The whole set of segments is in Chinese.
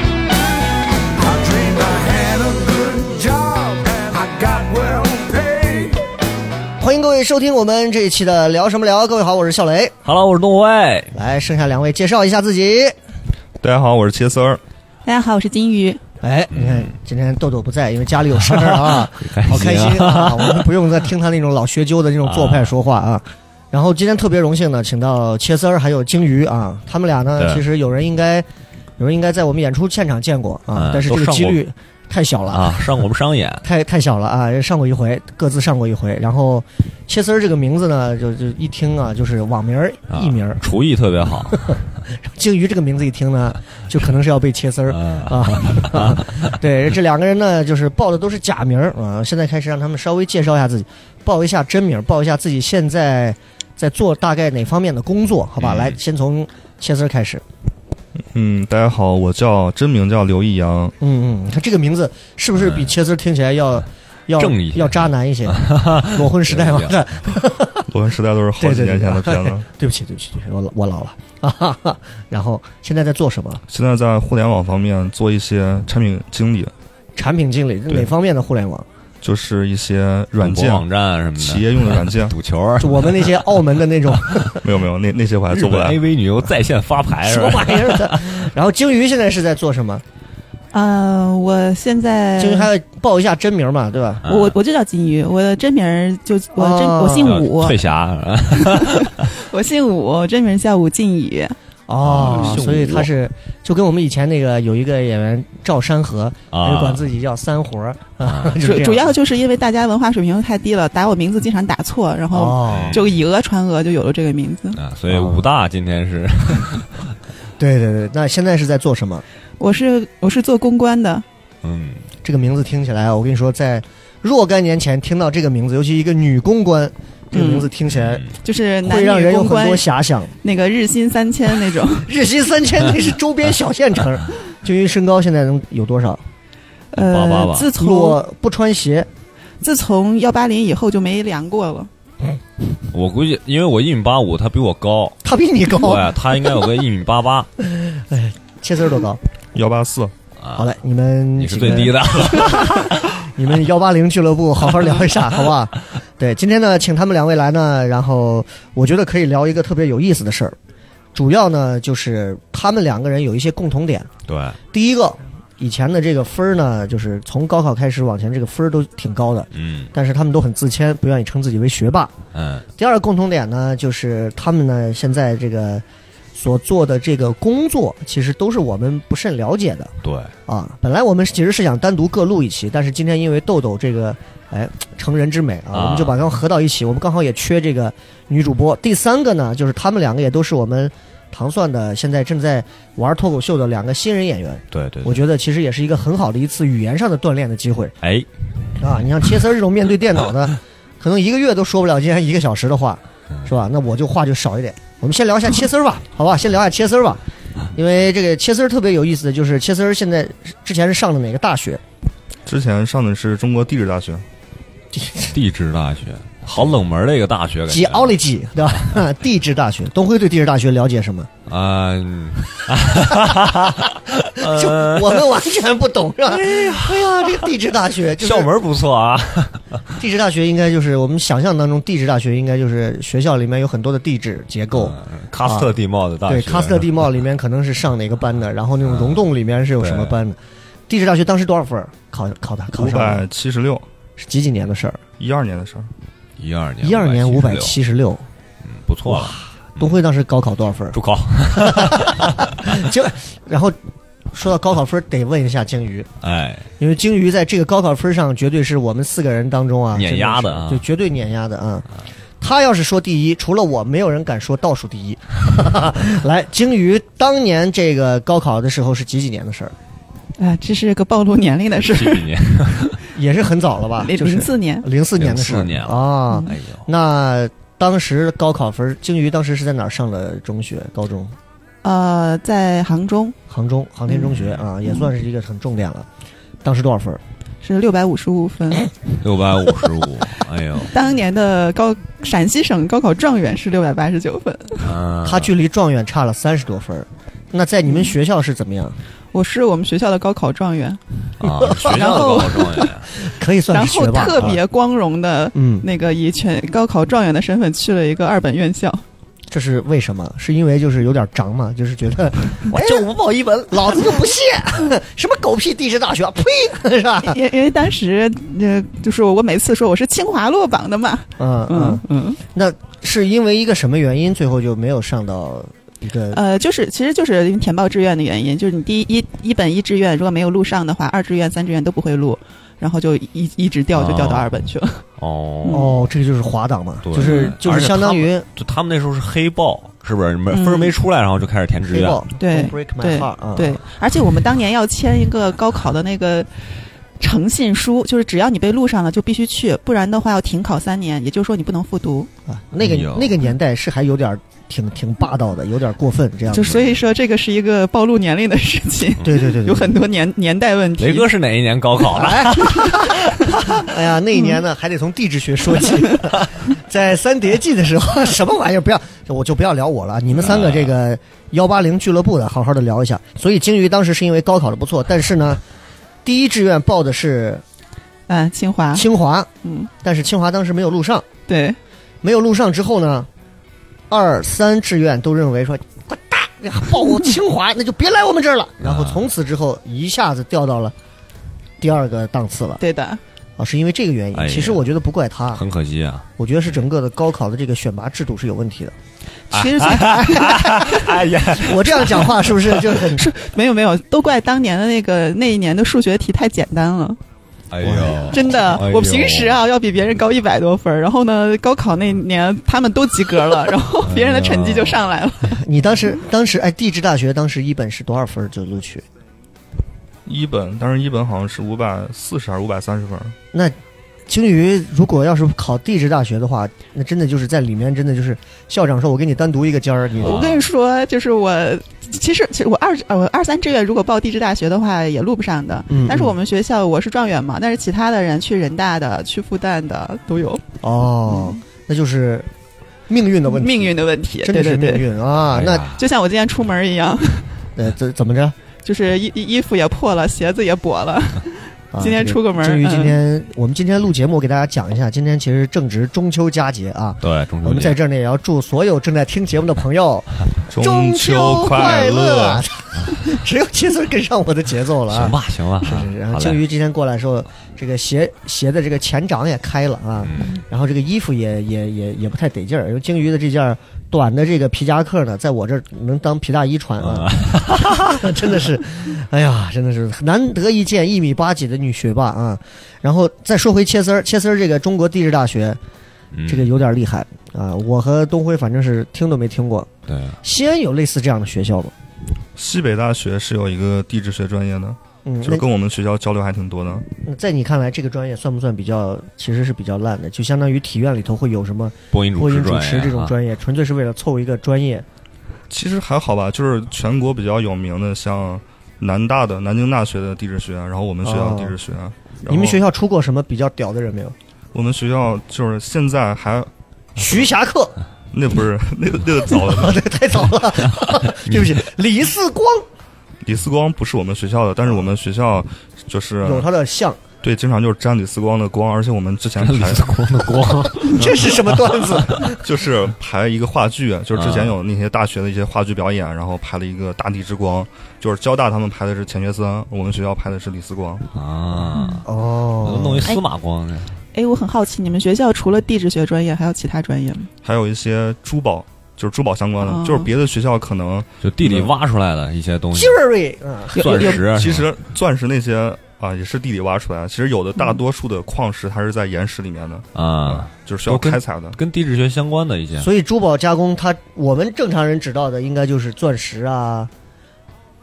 I dreamed I had a good job and I got well paid. 欢迎各位收听我们这一期的聊什么聊。各位好，我是笑雷。 Hello，我是东辉。来，剩下两位介绍一下自己。大家好，我是切丝儿。大家好，我是金鱼。哎，你看今天豆豆不在，因为家里有事儿 啊，好开心啊！我们不用再听他那种老学究的那种做派说话啊。然后今天特别荣幸呢，请到切丝儿还有鲸鱼啊，他们俩呢，对其实有人应该有人应该在我们演出现场见过啊嗯，但是这个都上几过率太小了啊，上过我们商演，太太小了啊，上过一回，各自上过一回。然后切丝儿这个名字呢，就就一听啊，就是网名儿、啊艺名儿。厨艺特别好。 鲸鱼这个名字一听 呢，就可能是要被切丝儿啊啊 对，这两个人呢，就是报的都是假名儿啊。现在开始让他们稍微介绍一下自己，报一下真名，报一下自己现在在做大概哪方面的工作，好吧？嗯来，先从切丝儿开始。嗯，大家好，我叫真名叫刘易阳。嗯嗯，你看这个名字是不是比切丝儿听起来要？要哎正一些要渣男一 些，裸婚时代嘛，罗文时代都是好几年前的对片对对了。对不起，对不起，对不起我老我老了 啊哈哈。然后现在在做什么？现在在互联网方面做一些产品经理，产品经理哪方面的互联 网？就是一些软赌博件、网站什么的，。企业用的软件 赌球儿，就我们那些澳门的那 种没有没有，那那些我还日做不本来。 AV 女优在线发牌什是么吧？玩意儿的。 然后鲸鱼现在是在做什么？呃，我现在鲸鱼还要报一下真名嘛，对吧？啊我我就叫金鱼，我的真名儿就我真、哦我姓武叫，翠霞，我姓武，我真名叫武靖宇。哦，姓所以吴他是就跟我们以前那个有一个演员赵山河，他就啊，管自己叫三活儿，啊啊就是这样主主要就是因为大家文化水平太低了，打我名字经常打错，然后哦，就以讹传讹，就有了这个名字。啊，所以武大今天是对对对。那现在是在做什么？我是我是做公关的，嗯，这个名字听起来，我跟你说，在若干年前听到这个名字，尤其一个女公关，这个名字听起来嗯就是嗯男会让女人有公很关多遐想。那个日薪三千那种。日薪三千，那是周边小县 城。鲸鱼身高现在能有多少？八八呃吧，自从裸不穿鞋，自从幺八零以后就没量过了。我估计因为我一米八五，他比我高，他比你高，对，啊他应该有个一米八八切丝儿多高？幺八四，啊。好嘞，你们你是几最个低的， 你们幺八零俱乐部好好聊一 下，好不好？对，今天呢，请他们两位来呢，然后我觉得可以聊一个特别有意思的事儿，主要呢就是他们两个人有一些共同点。对，第一个，以前的这个分儿呢，就是从高考开始往前，这个分儿都挺高的，嗯但是他们都很自谦，不愿意称自己为学霸。嗯，第二个共同点呢，就是他们呢现在这个所做的这个工作，其实都是我们不甚了解的对，啊。本来我们其实是想单独各录一期，但是今天因为豆豆这个哎成人之美啊，啊我们就把它们合到一起。我们刚好也缺这个女主播。第三个呢，就是他们两个也都是我们糖蒜的现在正在玩脱口秀的两个新人演员，对对我，觉得其实也是一个很好的一次语言上的锻炼的机会。哎，啊，你像切丝儿这种面对电脑的，可能一个月都说不了今天一个小时的话，是吧？那我就话就少一点。我们先聊一下切丝儿吧，好吧？先聊一下切丝儿吧，因为这个切丝儿特别有意思的就是切丝儿现在之前是上的哪个大学？之前上的是中国地质大学，地质大学，好冷门的一个大学，感觉 geology 对吧？ 地质大学。东辉对地质大学了解什么？啊，嗯就我们完全不懂，是吧？哎呀，这个地质大学，就是校门不错啊，地质大学应该就是我们想象当中地质大学应该就是学校里面有很多的地质结构。嗯喀斯特地貌的大学，对，喀斯特地貌里面可能是上哪个班的，然后那种溶洞里面是有什么班的。地质大学当时多少分儿考考的考五上了百七十六，是几几年的事儿？一二年的事儿，一二年，一二年五百576，七十六。不错了，东辉当时高考多少分儿？不高，就然后说到高考分儿，得问一下鲸鱼，哎，因为鲸鱼在这个高考分儿上绝对是我们四个人当中啊碾压的真啊是对，绝对碾压的啊。他要是说第一，除了我，没有人敢说倒数第一。 来，鲸鱼当年这个高考的时候是几几年的事儿？啊，这是个暴露年龄的事几，几年？也是很早了吧？零就零是四年，零四年的事儿04年了啊。 哎呦，那当时高考分儿，鲸鱼当时是在哪儿上的中学？高中？呃，在杭州杭州航天中学啊，也算是一个很重点了。当时多少分儿？是六百五十 五分，六百五十 五，哎呦，当年的高陕西省高考状元是六百八十九分，啊他距离状元差了三十多分儿。那在你们学校是怎么样？我是我们学校的高考状元， 啊，学校的高考状元，可以算然是后学霸啊。特别光荣的。嗯，那个以全高考状元的身份去了一个二本院校，这是为什么？是因为就是有点长嘛，就是觉 得哎我就五报一本， 老子就不屑什么狗屁地质大学，啊呸， 是吧？因因为当时呃，就是我每次说我是清华落榜的嘛，嗯嗯嗯，嗯，是因为一个什么原因，最后就没有上到一个呃，就是其实就是因为填报志愿的原因，就是你第一一一本一志愿如果没有录上的话，二志愿、三志愿都不会录，然后就一一直调就调到哦二本去了。嗯哦，哦，这个就是滑档嘛，对就是就是相当于就他们那时候是黑报，是不是？没嗯分儿没出来，然后就开始填志黑愿，豹对 Don't，break my 对 heart 啊，对，而且我们当年要签一个高考的那个诚信书，就是只要你被录上了就必须去，不然的话要停考三年，也就是说你不能复读。啊，那个哎呦那个年代是还有点儿挺挺霸道的，有点儿过分这样子就。所以说这个是一个暴露年龄的事情，嗯对对对对，有很多年 年代问题。雷哥是哪一年高考的？哎呀，那一年嗯呢，还得从地质学说 起。在三叠纪的时候，什么玩意儿？不要，我就不要聊我了。你们三哎个这个幺八零俱乐部的，好好的聊一下。所以，鲸鱼当时是因为高考的不错，但是啊呢，第一志愿报的是嗯，清华，清华，嗯，但是清华当时没有录上，对，没有录上之后呢，二三志愿都认为说，滚蛋，你还报我清华，那就别来我们这儿啊了。然后从此之后，一下子掉到了第二个档次了对的，啊，是因为这个原哎因。呀其实我觉得不怪他，很可惜啊， 我觉得是整个的高考的这个选拔制度是有问题的。其实从哎呀，我这样讲话是不是就 很没有没有，都怪当年的那个那一年的数学题太简单了，哎呦，真的。哎呦我平时啊要比别人高一百多分儿，然后呢高考那年他们都及格了，然后别人的成绩就上来了。你当时当时哎，地质大学当时一本是多少分儿就录取？一本当时一本好像是五百四十还是五百三十分儿，鲸鱼如果要是考地质大学的话，那真的就是在里面真的就是校长说，我给你单独一个尖儿，你啊我跟你说，就是我，其实其实我二呃我二三志愿如果报地质大学的话也录不上的，嗯但是我们学校我是状元嘛，但是其他的人去人大的、去复旦的都有哦，那就是命运的问题，命运的问题，真的对是对命对，哎运啊！那那就像我今天出门一样， 呃怎怎么着？就是衣衣服也破了，鞋子也跛了，啊今天出个门这个至于嗯今天我们今天录节目，我给大家讲一下，今天其实正值中秋佳节啊，对中我秋们在节这儿呢也要祝所有正在听节目的朋友。中秋快乐！！ 只有杰森跟上我的节奏了行啊！吧行吧，是是是，然后好嘞鲸鱼今天过来的时候，这个鞋鞋的这个前掌也开了啊，嗯然后这个衣服也也也也不太得劲儿，因为鲸鱼的这件短的这个皮夹克呢，在我这儿能当皮大衣穿啊， 真的是，哎呀，真的是难得一见一米八几的女学霸啊！然后再说回切丝儿，切丝儿这个中国地质大学，嗯这个有点厉害啊，我和东辉反正是听都没听过，对西安有类似这样的学校吗？西北大学是有一个地质学专业的，嗯，就那是跟我们学校交流还挺多的。那在你看来，这个专业算不算比较，其实是比较烂的？就相当于体院里头会有什么播音播音主专业持这种啊专业，纯粹是为了凑一个专业。其实还好吧，就是全国比较有名的，像南大的南京大学的地质学，然后我们学校的地质学。然后哦你们学校出过什么比较屌的人没有？我们学校就是现在还徐霞 客，那不是那个那个早了， 啊，这个太早了， 对不起，李四光李四光不是我们学校的，但是我们学校就是啊有他的像，对经常就是沾李四光的光，而且我们之前 李排子光的 光，这是什么 段子？就是排一个话剧，就是之前有那些大学的一些话剧表演，然后排了一个大地之光，就是交大他们排的是钱学森，我们学校排的是李四光。啊，我都哦，弄一司马光呢。哎，我很好奇，你们学校除了地质学专业，还有其他专业吗？还有一些珠宝，就是珠宝相关的，哦就是别的学校可能就地里挖出来的一些东西， Jerry，嗯，有有钻有石。啊其实钻石那些啊，也是地里挖出来的。其实有的大多数的矿石它是在岩石里面的，啊，就是需要都跟开采的。跟地质学相关的一些，所以珠宝加工它，我们正常人知道的应该就是钻石啊，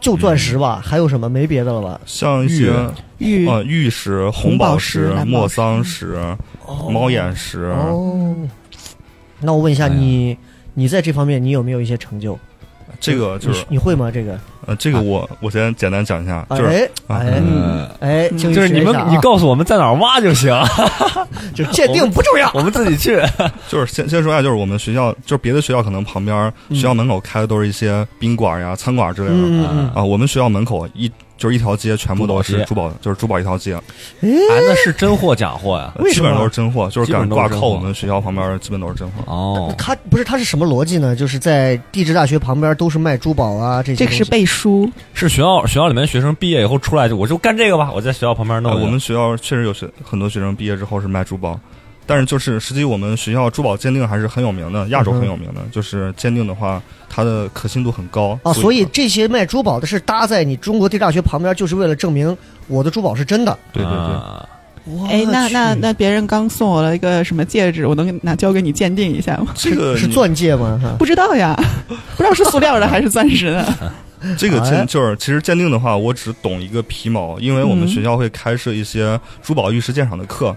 就钻石嗯吧，还有什么没别的了吧？像一玉些玉哦呃玉石、红宝宝石哦蓝宝莫石桑石、猫眼啊石，哦，那我问一下哎呀你，你在这方面你有没有一些成就？这个就是你你会吗？这个？呃，这个我我先简单讲一下，就是哎啊哎嗯哎，请就是学你一们下啊你告诉我们在哪儿挖就行， 就鉴定不重要。我们自己去。就是先先说一下，就是我们学校，就是别的学校可能旁边儿学校门口开的都是一些宾馆呀、餐馆之类的、嗯嗯嗯啊，啊，我们学校门口一就是一条街，全部都是珠珠宝，就是珠宝一条街，哎，那是真货假货呀？呃为什基本上么都是真货，就是基本敢都是挂真靠货我们学校旁边儿，基本都是真货。哦，他不是他是什么逻辑呢？就是在地质大学旁边都是卖珠宝啊这些这东个西。是背书，是学校学校里面学生毕业以后出来就我就干这个吧，我在学校旁边弄呃，一个。我们学校确实有学很多学生毕业之后是卖珠宝，但是就是实际我们学校珠宝鉴定还是很有名的，亚洲嗯哼很有名的，就是鉴定的话，它的可信度很高啊，所以这些卖珠宝的是搭在你中国地质大学旁边，就是为了证明我的珠宝是真的。对对对，啊哎，那我去那那别人刚送我了一个什么戒指，我能拿交给你鉴定一下吗？ 这个是你钻戒吗？哈，不知道呀， 不知道是塑料的还是钻石的。这个哎鉴就是，其实鉴定的话，我只懂一个皮毛，因为我们嗯学校会开设一些珠宝玉石鉴赏的课啊，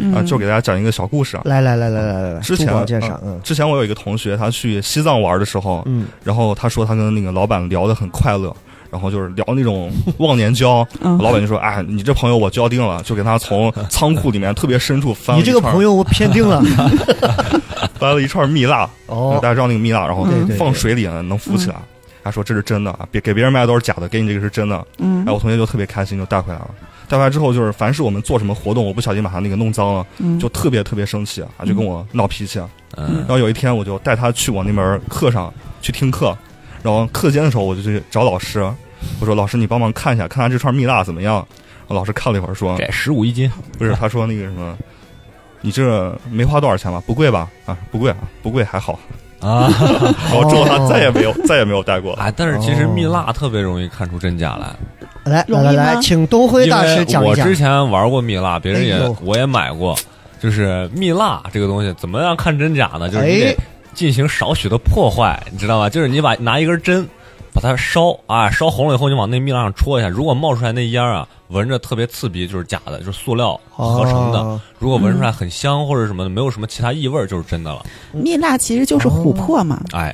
嗯，就给大家讲一个小故事啊。来来来来来来来，之珠前宝鉴啊赏，嗯之前我有一个同学，他去西藏玩的时候，嗯，然后他说他跟那个老板聊得很快乐，然后就是聊 那种忘年交，嗯老板就说：“哎，你这朋友我交定了。”就给 他从仓库里面特别深处翻了你一这个串朋友我偏定了。 翻了一串蜜蜡，哦大，家知道那个蜜蜡，然后对对对嗯放水里能浮起来。他说这是真的，啊，别给别人卖的都是假的，给你这个是真的。嗯哎，我同学就特别开心，就带回来了。带回来之后，就是凡是我们做什么活动，我不小心把他那个弄脏了，嗯就特别特别生气啊，就跟我闹脾气啊。嗯然后有一天，我就带他去我那门课上去听课，然后课间的时候，我就去找老师，我说：“老师，你帮忙看一下，看看这串蜜蜡怎么样。”老师看了一会儿说这十五一斤，：“不是，他说那个什么，你这没花多少钱吧？不贵吧？啊，不贵啊，不贵，还好。”啊 然后之后他再也没有 再也没有带过了。啊！但是其哦实蜜蜡特别容易看出真假来，来来容易来吗来，请东辉因大师为讲一我讲之。前玩过蜜蜡，别人也哎呦我也买过，就是蜜蜡这个东西怎么样看真假呢？就是你哎得进行少许的破坏，你知道吧？就是你把拿一根针。把它烧啊，烧红了以后，你往那蜜蜡上戳一下，如果冒出来那烟儿啊，闻着特别刺鼻，就是假的，就是塑料合成的。哦如果闻出来很香或者什么的，没有什么其他异味儿，就是真的了。蜜蜡其实就是琥珀嘛，哎，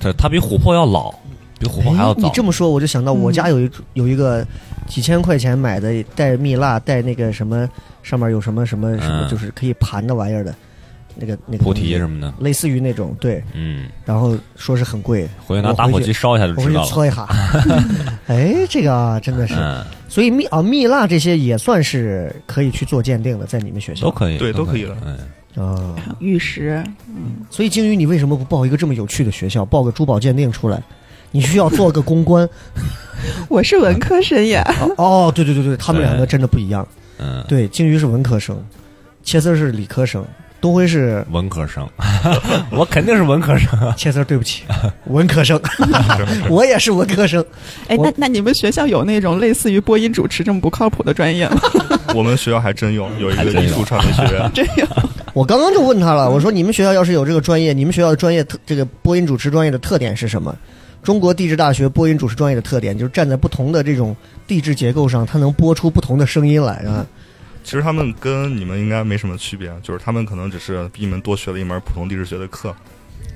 它它比琥珀要老，比琥珀还要哎你早。这么说，我就想到我嗯家有一有一个几千块钱买的带蜜蜡带那个什么上面有什么什么什么，嗯就是可以盘的玩意儿的，那个那个菩提东西什么的，类似于那种对，嗯，然后说是很贵，回去拿我打火机去烧一下就我回知去道了。搓一 下。哎，这个啊，真的是，嗯，所以蜜啊蜜蜡这些也算是可以去做鉴定的，在你们学校都可以，对都都可以嗯，啊。玉石。所以鲸鱼，你为什么不报一个这么有趣的学校，报个珠宝鉴定出来？你需要做个公 关 我是文科生呀，哦，对对对对，他们两个真的不一样。嗯，对，鲸鱼是文科生，切丝儿是理科生，东辉 是嗯文科 生，我肯定是文科生。切丝儿，对不起，文科 生，我也是文科生。哎，我那那你们学校有那种类似于播音主持这么不靠谱的专业吗？ 我们学校还真有有一还个真有艺术传媒学院，这样，我刚刚就问他了，我说你们学校要是有这个专业，你们学校的专业特这个播音主持专业的特点是什么？中国地质大学播音主持专业的特点就是站在不同的这种地质结构上，它能播出不同的声音来啊。其实他们跟你们应该没什么区别，就是他们可能只是比你们多学了一门普通地质学的课。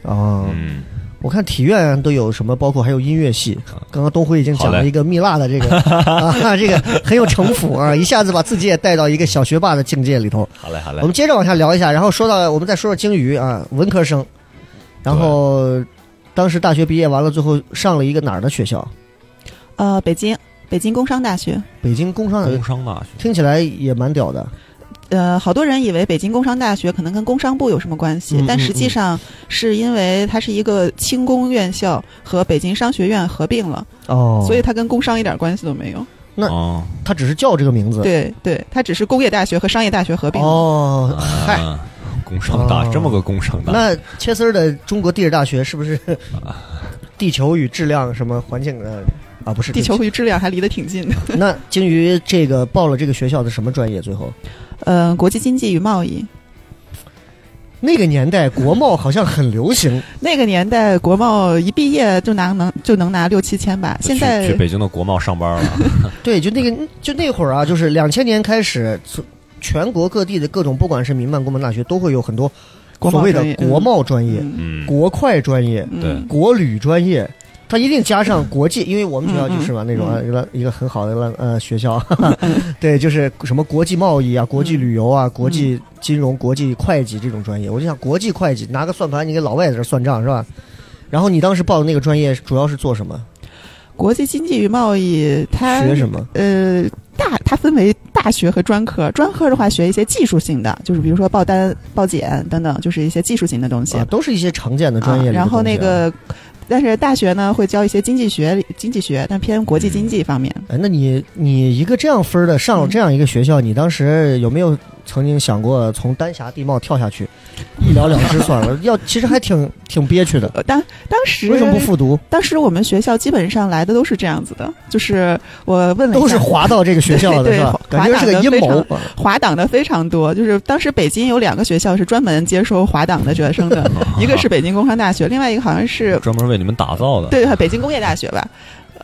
哦，嗯，我看体院都有什么，包括还有音乐系。刚刚东辉已经讲好了嘞一个蜜蜡的这个啊，这个很有城府啊，一下子把自己也带到一个小学霸的境界里头。好嘞，好嘞我。们接着往下聊一下，然后说到我们再说说鲸鱼啊，文科生，然后当时大学毕业完了，最后上了一个哪儿的学校？呃，北京北京工商大学，北京工商大学工，商大学听起来也蛮屌的。呃，好多人以为北京工商大学可能跟工商部有什么关系，嗯但实际上是因为它是一个轻工院校和北京商学院合并了，哦所以它跟工商一点关系都没有。那哦，他只是叫这个名字。对对，它只是工业大学和商业大学合并了。哦，嗨，啊，工商大哦这么个工商大，那切丝儿的中国地质大学是不是地球与质量什么环境的啊，不是地球。与质量还离得挺近的。那金鱼这个报了这个学校的什么专业？最后呃，国际经济与贸易那个年代国贸好像很流行，那个年代，国贸一毕业就拿能就能拿六七千呃吧。现去在去北京的国贸上班 了，对，就那个就那会儿啊，就是两千年开始，从全国各地的各种，不管是民办、国贸大学，都会有很多国贸所谓专的业国贸专业、嗯嗯，国快专业、嗯对国旅专业，它一定加上国际，因为我们学校就是嘛，嗯嗯嗯那种啊一个一个很好的呃学校，哈哈 对，就是什么国际贸易啊、国际旅游啊、国际金融、国际会计这种专业。我就想，国际会计拿个算盘，你给老外在这算账是吧？然后你当时报的那个专业主要是做什么？国际经济与贸易，它学什么？呃，大它分为大学和专科。专科的话，学一些技术性的，就是比如说报单、报检等等，就是一些技术性的东西。啊，都是一些常见的专业里的东啊西啊、然后那个，但是大学呢会教一些经济学、经济学，但偏国际经济方面。哎，那你你一个这样分儿的上了这样一个学校，你当时有没有曾经想过从丹霞地貌跳下去，一了了之算了？要其实还挺挺憋屈的，呃，当当时为什么不复读？当时我们学校基本上来的都是这样子的，就是我问了一都下是滑到这个学校的对是吧？对感觉是个阴谋滑。滑档的非常多，就是当时北京有两个学校是专门接收滑档的学 生哦的，一个是北京工商大学，另外一个好像是专门为你们打造的，对北京工业大学吧。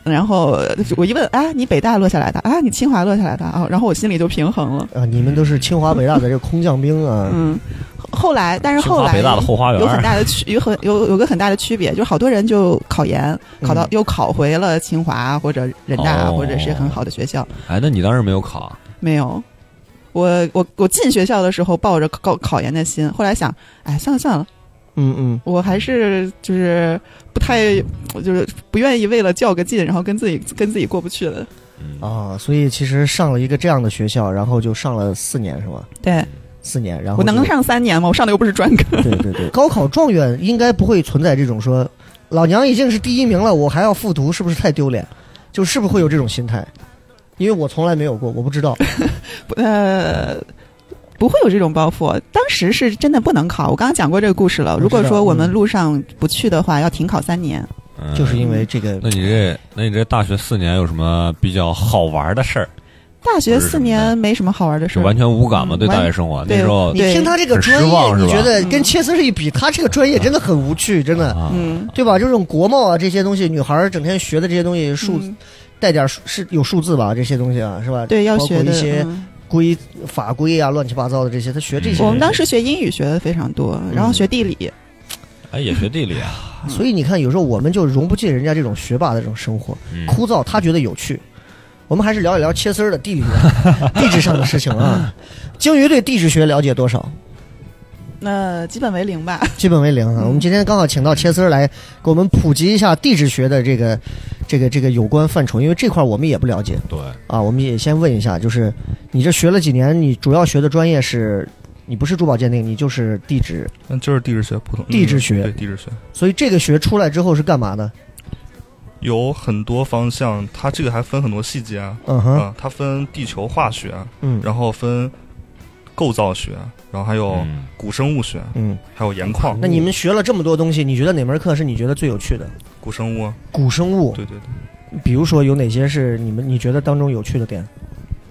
然后我一问啊，你北大落下来的啊，你清华落下来的啊，然后我心里就平衡了。啊，你们都是清华北大的这个空降兵啊！嗯，后来但是清后华来北大的后花有很园，大的区有很有有个很大的区别，就好多人就考研，考到嗯又考回了清华或者人大哦或者是很好的学校。哎，那你当时没有考，没有，我我我进学校的时候抱着考考研的心，后来想，哎，算了算了，嗯嗯，我还是就是不太，就是不愿意为了较个劲，然后跟自己跟自己过不去了。嗯，啊，所以其实上了一个这样的学校，然后就上了四年是吧？对四年，然后我能就上三年吗？我上的又不是专 科。对对对，高考状元应该不会存在这种说，老娘已经是第一名了，我还要复读，是不是太丢脸？就是不是会有这种心态？因为我从来没有过，我不知道。呃，不会有这种包袱。当时是真的不能考，我刚刚讲过这个故事知了。道如果说我们路上不去的话，要停考三年。嗯就是因为这个那你这，那你这大学四年有什么比较好玩的事儿？嗯大学四年没什么好玩的事是儿，完全无感吗？嗯对大完学生活那对时候你对听他这个专很失业，望是你吧觉得跟切丝是一比，他这个专业真的很无趣，真的，啊，嗯，对吧？这种国贸啊这些东西，女孩儿整天学的这些东西，数嗯带点儿数是有数字吧，这些东西啊，是吧？对要包括学的一些嗯规法规啊，乱七八糟的这些，他学这些。我们当时学英语学的非常多，然后嗯学地理，哎，也学地理啊，所以你看，有时候我们就融不进人家这种学霸的这种生活，嗯枯燥，他觉得有趣。我们还是聊一聊切丝儿的地理的 地质上的事情啊。鲸鱼对地质学了解多少？那基本为零吧。基本为零啊。嗯我们今天刚好请到切丝儿来给我们普及一下地质学的这个、这个、这个有关范畴，因为这块儿我们也不了解对，啊。我们也先问一下，就是你这学了几年？你主要学的专业是？你不是珠宝鉴定，你就是地质，嗯，就是地质学，普通地质学嗯对地质学所以这个学出来之后是干嘛的？有很多方向，它这个还分很多细节啊，嗯啊、哼，它分地球化学，嗯然后分构造学，然后还有嗯古生物学，嗯。还有盐矿。那你们学了这么多东西，你觉得哪门课是你觉得最有趣的？古生物啊，古生物，对对对，比如说有哪些是你们你觉得当中有趣的点？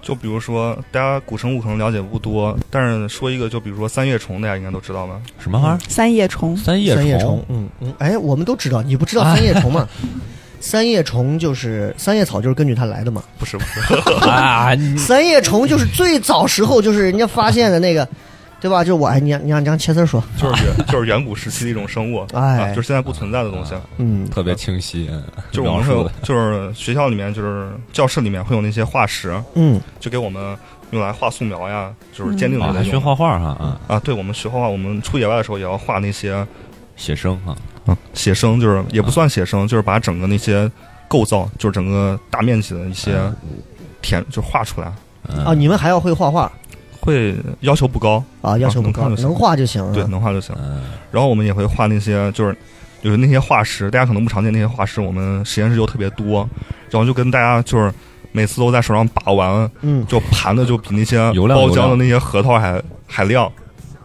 就比如说大家古生物可能了解不多，但是说一个，就比如说三叶虫，大家应该都知道吧？什么玩意儿？ 三叶虫，三叶三叶虫，嗯嗯，哎，我们都知道，你不知道三叶虫 吗？三叶虫就是三叶草，就是根据它来的嘛。不是不是， 啊，你三叶虫就是最早时候就是人家发现的那个，对吧？就我哎，你让你让让切丝儿说，就是远就是远古时期的一种生物， 哎啊，就是现在不存在的东西。嗯特别清晰，就是我们会说有的，，就是学校里面，就是教室里面会有那些化石，嗯，就给我们用来画素描呀，就是鉴定啊，的还那学种。画画哈啊，啊，对，我们学画画，我们出野外的时候也要画那些写生啊，写生，就是嗯也不算写生，就是把整个那些构造，就是整个大面积的一些填，就画出来。嗯啊，你们还要会画画会要求不高，啊，要求不高，能看就行能画就行啊。对，能画就行。嗯然后我们也会画那些，就是有那些化石，大家可能不常见那些化石，我们实验室就特别多，然后就跟大家就是每次都在手上把玩，嗯，就盘的就比那些油量包油量浆的那些核桃还还亮，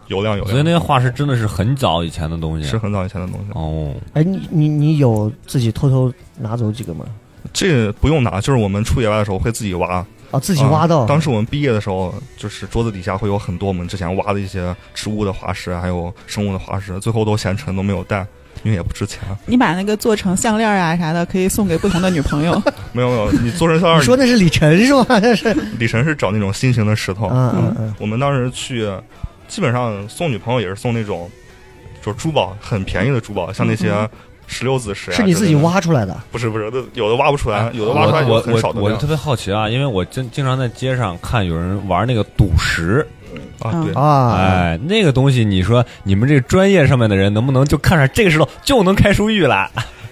油量有所以量，那些画是真的是很早以前的东西啊是很早以前的东西。哦，哎，你你你有自己偷偷拿走几个吗？这不用拿，就是我们出野外的时候会自己挖，啊，自己挖到啊。当时我们毕业的时候，就是桌子底下会有很多我们之前挖的一些植物的化石，还有生物的化石，最后都嫌沉都没有带，因为也不值钱。你把那个做成项链啊啥的，可以送给不同的女朋友。没有没有，你做成项你说链，那是李晨是吧？那是，啊李晨是找那种新型的石头。嗯嗯嗯，我们当时去，基本上送女朋友也是送那种，就是珠宝很便宜的珠宝，像那些石榴子石、啊。是你自己？挖出来的。不是不是，有的挖不出来，啊有的挖出来啊我就很我少我的我就量特别好奇啊，因为我经经常在街上看有人玩那个赌石，啊。对，啊，哎，那个东西，你说你们这个专业上面的人能不能就看上这个石头就能开出玉 来？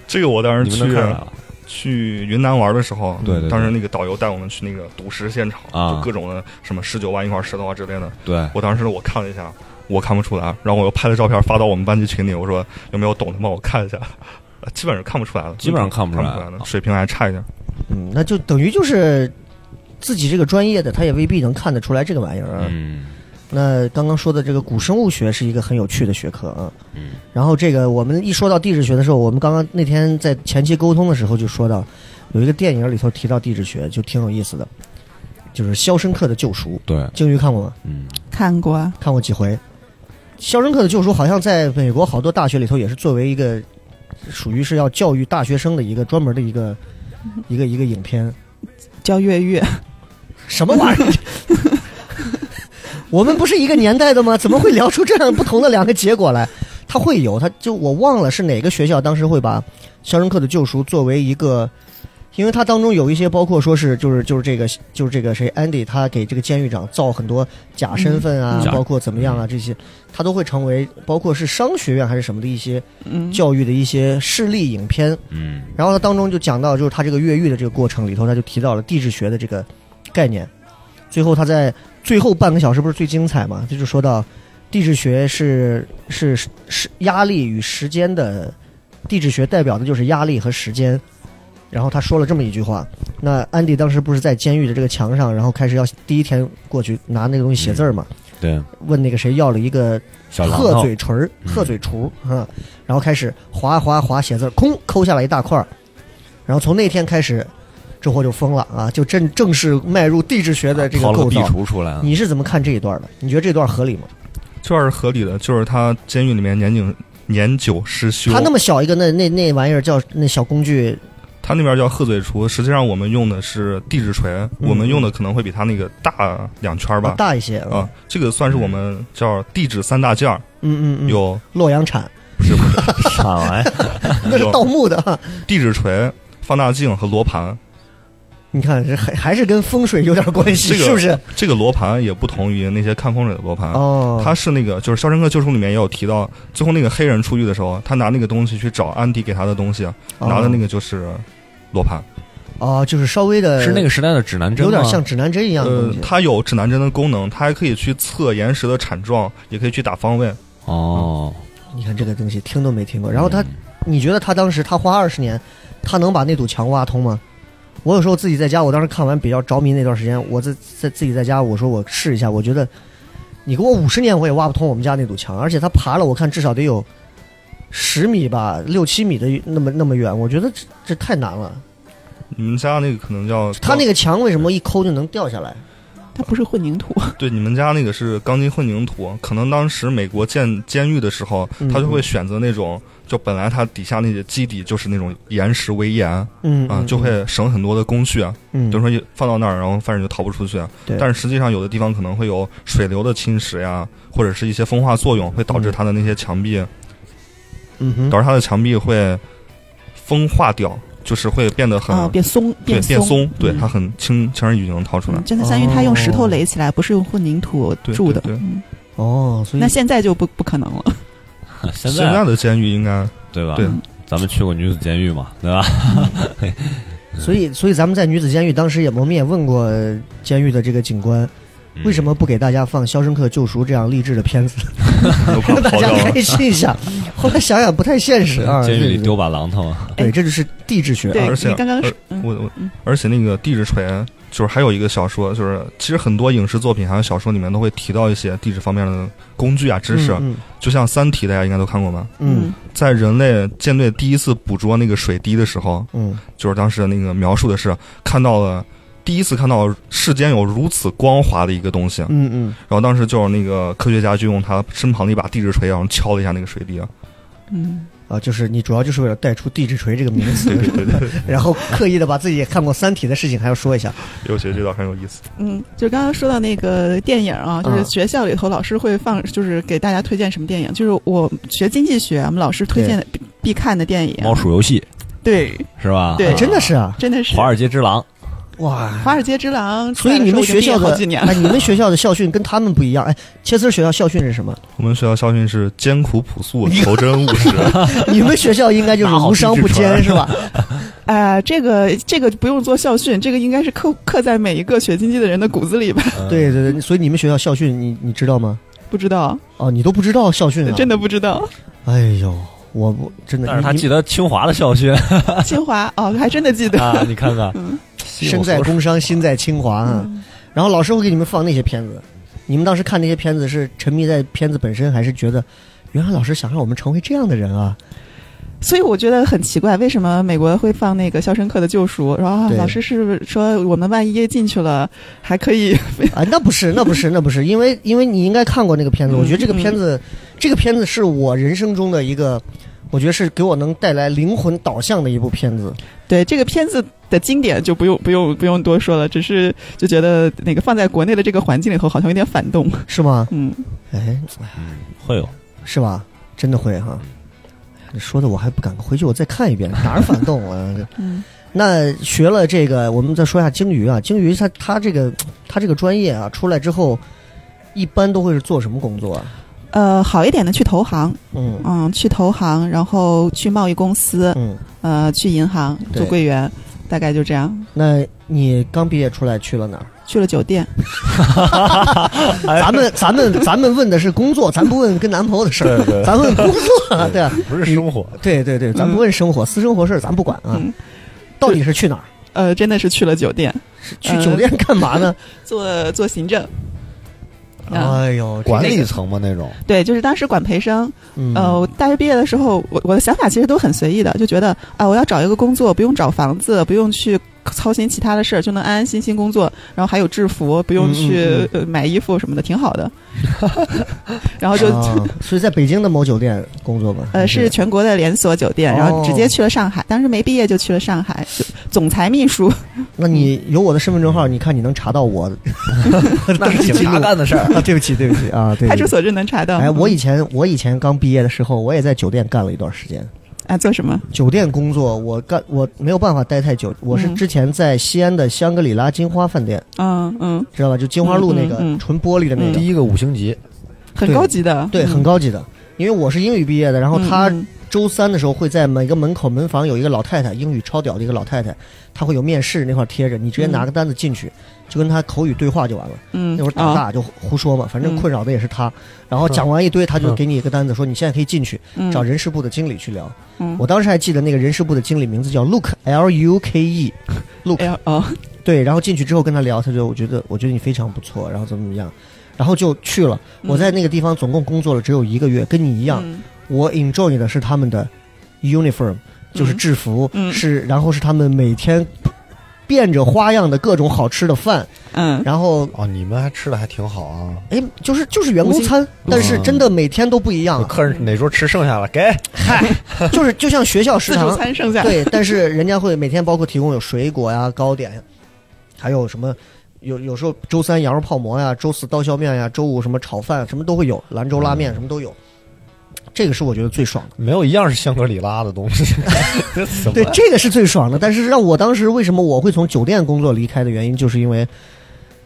这个我当时你们能去啊看出来了？去云南玩的时候，对对对当时那个导游带我们去那个赌石现场，啊就各种的什么十九万一块石头啊之类的。对，我当时我看了一下，我看不出来，然后我又拍了照片发到我们班级群里，我说有没有懂的帮我看一下， 呃基本上看不出来了，基本上看不出来的，水平还差一点。嗯，那就等于就是自己这个专业的，他也未必能看得出来这个玩意儿。啊嗯，那刚刚说的这个古生物学是一个很有趣的学科啊。嗯。然后这个我们一说到地质学的时候，我们刚刚那天在前期沟通的时候就说到，有一个电影里头提到地质学，就挺有意思的，就是《肖申克的救赎》。对，鲸鱼看过吗？嗯， 看过，看过几回。《肖申克的救赎》好像在美国好多大学里头也是作为一个属于是要教育大学生的一个专门的一个一个一个影片。叫越狱，什么玩意儿？我们不是一个年代的吗？怎么会聊出这样不同的两个结果来？他会有，他就我忘了是哪个学校当时会把《肖申克的救赎》作为一个，因为它当中有一些包括说是就是就是这个就是这个谁 Andy 他给这个监狱长造很多假身份啊，嗯假包括怎么样啊这些，他都会成为包括是商学院还是什么的一些嗯，教育的一些事例影片。嗯，然后他当中就讲到，就是他这个越狱的这个过程里头，他就提到了地质学的这个概念。最后他在最后半个小时不是最精彩嘛？这就说到地质学是是是是压力与时间的，地质学代表的就是压力和时间。然后他说了这么一句话，那安迪当时不是在监狱的这个墙上，然后开始要第一天过去拿那个东西写字儿嘛？对，问那个谁要了一个小榔鹤头，嘴唇儿、嗯鹤嘴锄啊，然后开始划划划写字儿，空抠下来一大块儿。然后从那天开始，这货就疯了啊，就正正式迈入地质学的这掏个了构壁造。橱出来啊， 你是怎么看这一段的？你觉得这段合理吗？这段是合理的，就是他监狱里面年久年久失修，他那么小一个那那那玩意儿叫那小工具，他那边叫鹤嘴锄，实际上我们用的是地质锤，嗯我们用的可能会比他那个大两圈儿吧。哦大一些啊，这个算是我们叫地质三大件儿，嗯嗯嗯，有洛阳铲，不是不是啥 玩意儿？那是盗墓的啊哈。地质锤、放大镜和罗盘。你看这还还是跟风水有点关系，这个啊是不是？这个罗盘也不同于那些看风水的罗盘，哦，它是那个就是《肖申克救赎》里面也有提到，最后那个黑人出狱的时候，他拿那个东西去找安迪给他的东西，哦拿的那个个就是罗盘。哦，就是稍微的，是那个时代的指南针有点吗像指南针一样的呃东西，。它有指南针的功能，它还可以去测岩石的产状，也可以去打方位。 哦，你看这个东西听都没听过。然后他，嗯你觉得他当时他花二十年，他能把那堵墙挖通吗？我有时候自己在家，我当时看完比较着迷那段时间，我在在自己在家，我说我试一下，我觉得你给我五十年我也挖不通我们家那堵墙，而且他爬了，我看至少得有十米吧，六七米的那么那么远，我觉得这这太难了。你们家那个可能叫他那个墙为什么一抠就能掉下来？它不是混凝土，哦对，你们家那个是钢筋混凝土，可能当时美国建监狱的时候，嗯他就会选择那种，就本来它底下那些基底就是那种岩石围岩啊，嗯就会省很多的工序，啊嗯比如说一放到那儿，然后犯人就逃不出去。啊对但是实际上有的地方可能会有水流的侵蚀呀，或者是一些风化作用，会导致它的那些墙壁，嗯嗯哼导致它的墙壁会风化掉，就是会变得很、啊，变松，对松，松，对嗯它很轻轻而易举就能逃出来嗯。真的相当于它用石头哦垒起来，不是用混凝土对筑的。对对嗯哦，所以那现在就不不可能了。现啊啊现在的监狱应该对吧？对，咱们去过女子监狱嘛，对吧？所以所以咱们在女子监狱当时也我们也问过呃监狱的这个警官，嗯嗯为什么不给大家放《肖申克救赎》这样励志的片 子，都快让 大跑家掉了开。心一下？后来想想不太现实啊，监狱里对丢把榔头啊？对，这就是地质学啊对而且你刚刚而说，嗯我我嗯，而且那个地质锤，就是还有一个小说，就是其实很多影视作品还有小说里面都会提到一些地质方面的工具啊、知识，嗯就像《三体》，大家应该都看过吧？嗯在人类舰队第一次捕捉那个水滴的时候，嗯就是当时那个描述的是看到了第一次看到世间有如此光滑的一个东西，啊然嗯嗯，后当时就是那个科学家就用他身旁的一把地质锤，然后敲了一下那个水滴，啊嗯，啊，就是你主要就是为了带出“地质锤”这个名 词，然后刻意的把自己也看过《三体》的事情还要说一下。我觉得这倒很有意思。嗯，就刚刚说到那个电影啊，就是嗯学校里头老师会放，就是给大家推荐什么电影，就是我学经济学，我们老师推荐的必必看的电影，猫鼠游戏对，是吧？对哎真的是啊，真的是华尔街之狼，哇！华尔街之狼出所来以的你们时候已经毕学业校好的几年哎，了，你们学校的校训跟他们不一样。哎，切丝儿学校校训是什么？ 我们学校校训是艰苦朴素，求真务实。你们学校应该就是拿好无商地不质船奸是 吧？啊，这个这个不用做校训，这个应该是刻刻在每一个学经济的人的骨子里吧？嗯嗯对对对，所以你们学校校训你你知道吗？不知道，哦，你都不知道校训啊？真的不知道。哎呦，我不真的，嗯但是他你记得清华的校训清华哦，还真的记得。啊，你看看，嗯身在工商，心在清华啊。然后老师会给你们放那些片子，你们当时看那些片子是沉迷在片子本身，还是觉得原来老师想让我们成为这样的人啊？所以我觉得很奇怪，为什么美国会放那个《肖申克的救赎》？然后啊对老师是不是说我们万一进去了还可以？ 啊，那不是，那不是，那不是，因为因为你应该看过那个片子，嗯我觉得这个片子，这个片子是我人生中的一个，我觉得是给我能带来灵魂导向的一部片子。对这个片子的经典就不用不用不用多说了，只是就觉得那个放在国内的这个环境里头好像有点反动。是吗？嗯，哎，会 有是吧？真的会哈。你说的我还不敢回去，我再看一遍哪儿反动了、这嗯那学了这个，我们再说一下鲸鱼啊。鲸鱼它它这个它这个专业啊，出来之后，一般都会是做什么工作啊？呃，好一点的去投行，嗯嗯，去投行，然后去贸易公司，嗯。呃，去银行对做柜员，大概就这样。那你刚毕业出来去了哪儿？去了酒店，咱们咱们咱们问的是工作，咱不问跟男朋友的事儿，咱问工作，对啊不是生 活，对对对，咱不问生活，私生活事儿咱不管啊嗯。到底是去哪儿？呃，真的是去了酒店，去嗯酒店干嘛呢？做做行政。啊，哎呦，管这理层嘛那 种，对，就是当时管培生，嗯呃，我大学毕业的时候，我我的想法其实都很随意的，就觉得啊，我要找一个工作，不用找房子，不用去操心其他的事儿，就能安安心心工作，然后还有制服，不用去、嗯嗯呃买衣服什么的，挺 好的。然后就、啊 所以在北京的某酒店工作吧？呃是全国的连锁酒店，然后直哦接去了上海，当时没毕业就去了上海，就总裁秘书。那你有我的身份证号，你看你能查到我？ 那是警察干的 事儿。啊！对不起，对不起啊！对派不出起。所就能查到。哎，我以前我以前刚毕业的时候，我也在酒店干了一段时间。啊做什么？酒店工作，我干我没有办法待太久。我是嗯之前在西安的香格里拉金花饭店，嗯嗯，知道吧？就金花路那个嗯嗯嗯纯玻璃的那个第，一个五星级，很对高级的，对，很高级的。因为我是英语毕业的，然后嗯他嗯周三的时候会在每个门口门房有一个老太太，英语超屌的一个老太太，她会有面试那块贴着，你直接拿个单子进去，就跟她口语对话就完了。嗯，那会儿胆啊，大就胡说嘛，反正嗯困扰的也是他。然后讲完一堆，他就给你一个单子，说你现在可以进去嗯找人事部的经理去聊。嗯我当时还记得那个人事部的经理名字叫 Luke L U K E Luke 哎呀哦，对，然后进去之后跟他聊，他就我觉得我觉得你非常不错，然后怎么怎么样，然后就去了。嗯我在那个地方总共工作了只有一个月，跟你一样，嗯我 enjoy 的是他们的 uniform，就是制服，嗯是然后是他们每天变着花样的各种好吃的饭，嗯，然后哦，你们还吃的还挺好啊。哎，就是就是员工餐，但是真的每天都不一样，嗯客人哪桌吃剩下了，给嗨，就是就像学校食自助堂，餐剩下，对，但是人家会每天包括提供有水果呀、糕点呀，还有什么。有有时候周三羊肉泡馍呀，周四刀削面呀，周五什么炒饭什么都会有，兰州拉面什么都有，这个是我觉得最爽的。没有一样是香格里拉的东 西。 这怎么对，这个是最爽的。但是让我当时为什么我会从酒店工作离开的原因，就是因为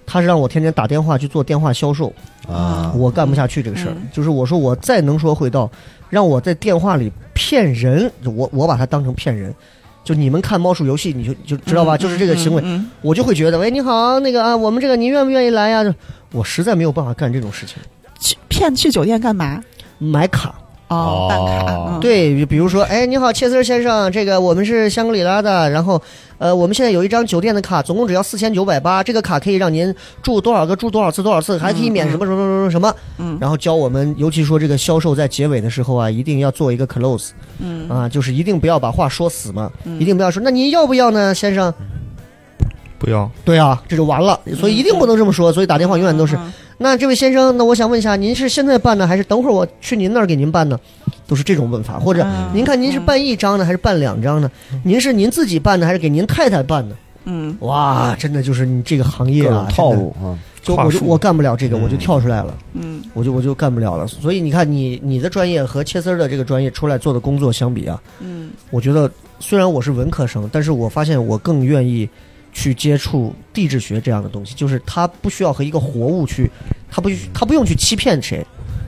他是让我天天打电话去做电话销售，啊？我干不下去这个事儿嗯。就是我说我再能说会道，让我在电话里骗人，我我把它当成骗人。就你们看猫鼠游戏，你就就知道吧，嗯就是这个行为，嗯我就会觉得，喂，你好，那个啊，我们这个您愿不愿意来啊呀、就我实在没有办法干这种事情，嗯去骗去酒店干嘛？买卡。哦，办卡，哦嗯、，对，比比如说，哎，你好，切丝先生，这个我们是香格里拉的，然后，呃，我们现在有一张酒店的卡，总共只要四千九百八，这个卡可以让您住多少个住多少次多少次，还可以免什么什么什么什么，嗯然后教我们，尤其说这个销售在结尾的时候啊，一定要做一个 close，嗯啊，就是一定不要把话说死嘛，一定不要说，那您要不要呢，先生？不要，对啊，这就完了，所以一定不能这么说，所以打电话永远都是，嗯那这位先生，那我想问一下，您是现在办呢，还是等会儿我去您那儿给您办呢？都是这种问法，或者嗯您看您是办一张呢，还是办两张呢？您是您自己办呢，还是给您太太办呢？嗯，哇，真的就是你这个行业各啊种，套路啊，真的，就话我就术我干不了这个，我就跳出来了，嗯我就我就干不了了。所以你看你，你的专业和切丝儿的这个专业出来做的工作相比啊，嗯我觉得虽然我是文科生，但是我发现我更愿意去接触地质学这样的东西，就是它不需要和一个活物去，它不它不用去欺骗谁，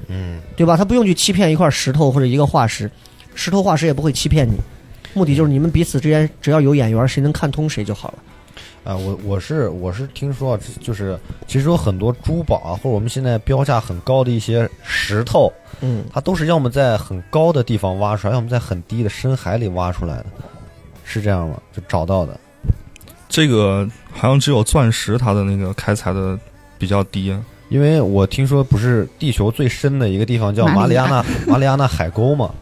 嗯，对吧？它不用去欺骗一块石头或者一个化石，石头化石也不会欺骗你。目的就是你们彼此之间只要有眼缘，谁能看通谁就好了。啊，我我是我是听说，啊，就是其实有很多珠宝啊，或者我们现在标价很高的一些石头，嗯，它都是要么在很高的地方挖出来，要么在很低的深海里挖出来的，是这样吗？就找到的。这个好像只有钻石它的那个开采的比较低，啊因为我听说不是地球最深的一个地方叫马里亚纳马里亚纳海沟嘛，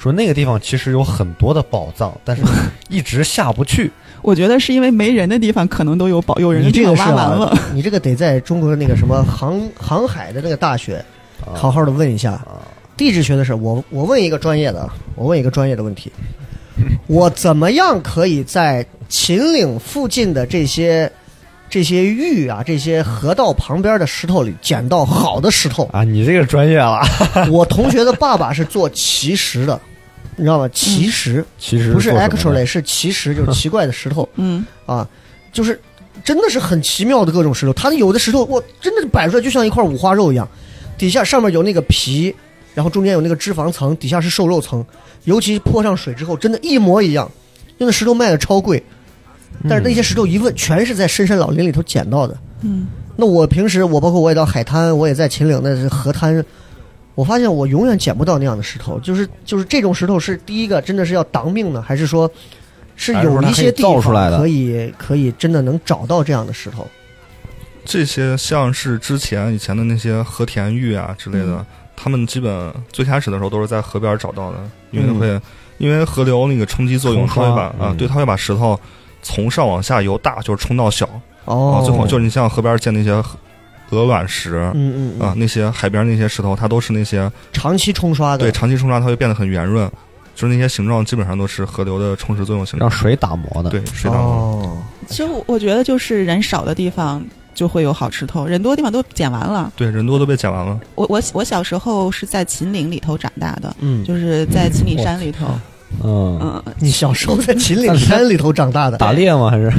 说那个地方其实有很多的宝藏，但是一直下不去。我觉得是因为没人的地方可能都有保，有人的你地这方个是挖完了。啊，你这个得在中国的那个什么航航海的那个大学，好好的问一下地质学的事儿。我我问一个专业的，啊，我问一个专业的 问题，我怎么样可以在秦岭附近的这些这些玉啊、这些河道旁边的石头里捡到好的 ？石头啊，你这个专业了，我同学的爸爸是做奇石的，你知道吗？奇石其实不嗯是做什么 actually 的是奇石，就是奇怪的石头。嗯，啊，就是真的是很奇妙的各种石头，它的有的石头我真的是摆出来就像一块五花肉一样，底下上面有那个皮，然后中间有那个脂肪层，底下是瘦肉层，尤其泼上水之后，真的一模一样。那个石头卖的超贵，嗯但是那些石头一问，全是在深山老林里头捡到的。嗯，那我平时我包括我也到海滩，我也在秦岭那河滩。我发现我永远捡不到那样的石头，就是就是这种石头是第一个，真的是要当命呢，还是说，是还是有说它一可以些地造方出来的可以可以真的能找到这样的石头？这些像是之前以前的那些和田玉啊之类的，他们基本最开始的时候都是在河边找到的，因为会、因为河流那个冲击作用，它冲会刷把、啊，嗯对，它会把石头从上往下由大就是冲到小，啊，哦，最后就是你像河边见那些鹅卵石。嗯嗯啊嗯，，那些海边那些石头，它都是那些长期冲刷的，对长期冲刷，它会变得很圆润，就是那些形状基本上都是河流的冲蚀作用形让成。水打磨的。对，水当中。哦，其实我我觉得就是人少的地方就会有好石头，人多的地方都捡完了。对，人多都被捡完了。我我我小时候是在秦岭里头长大的，嗯，就是在秦岭山里头，嗯，嗯，你小时候在秦岭山里头长大的，打猎吗？还是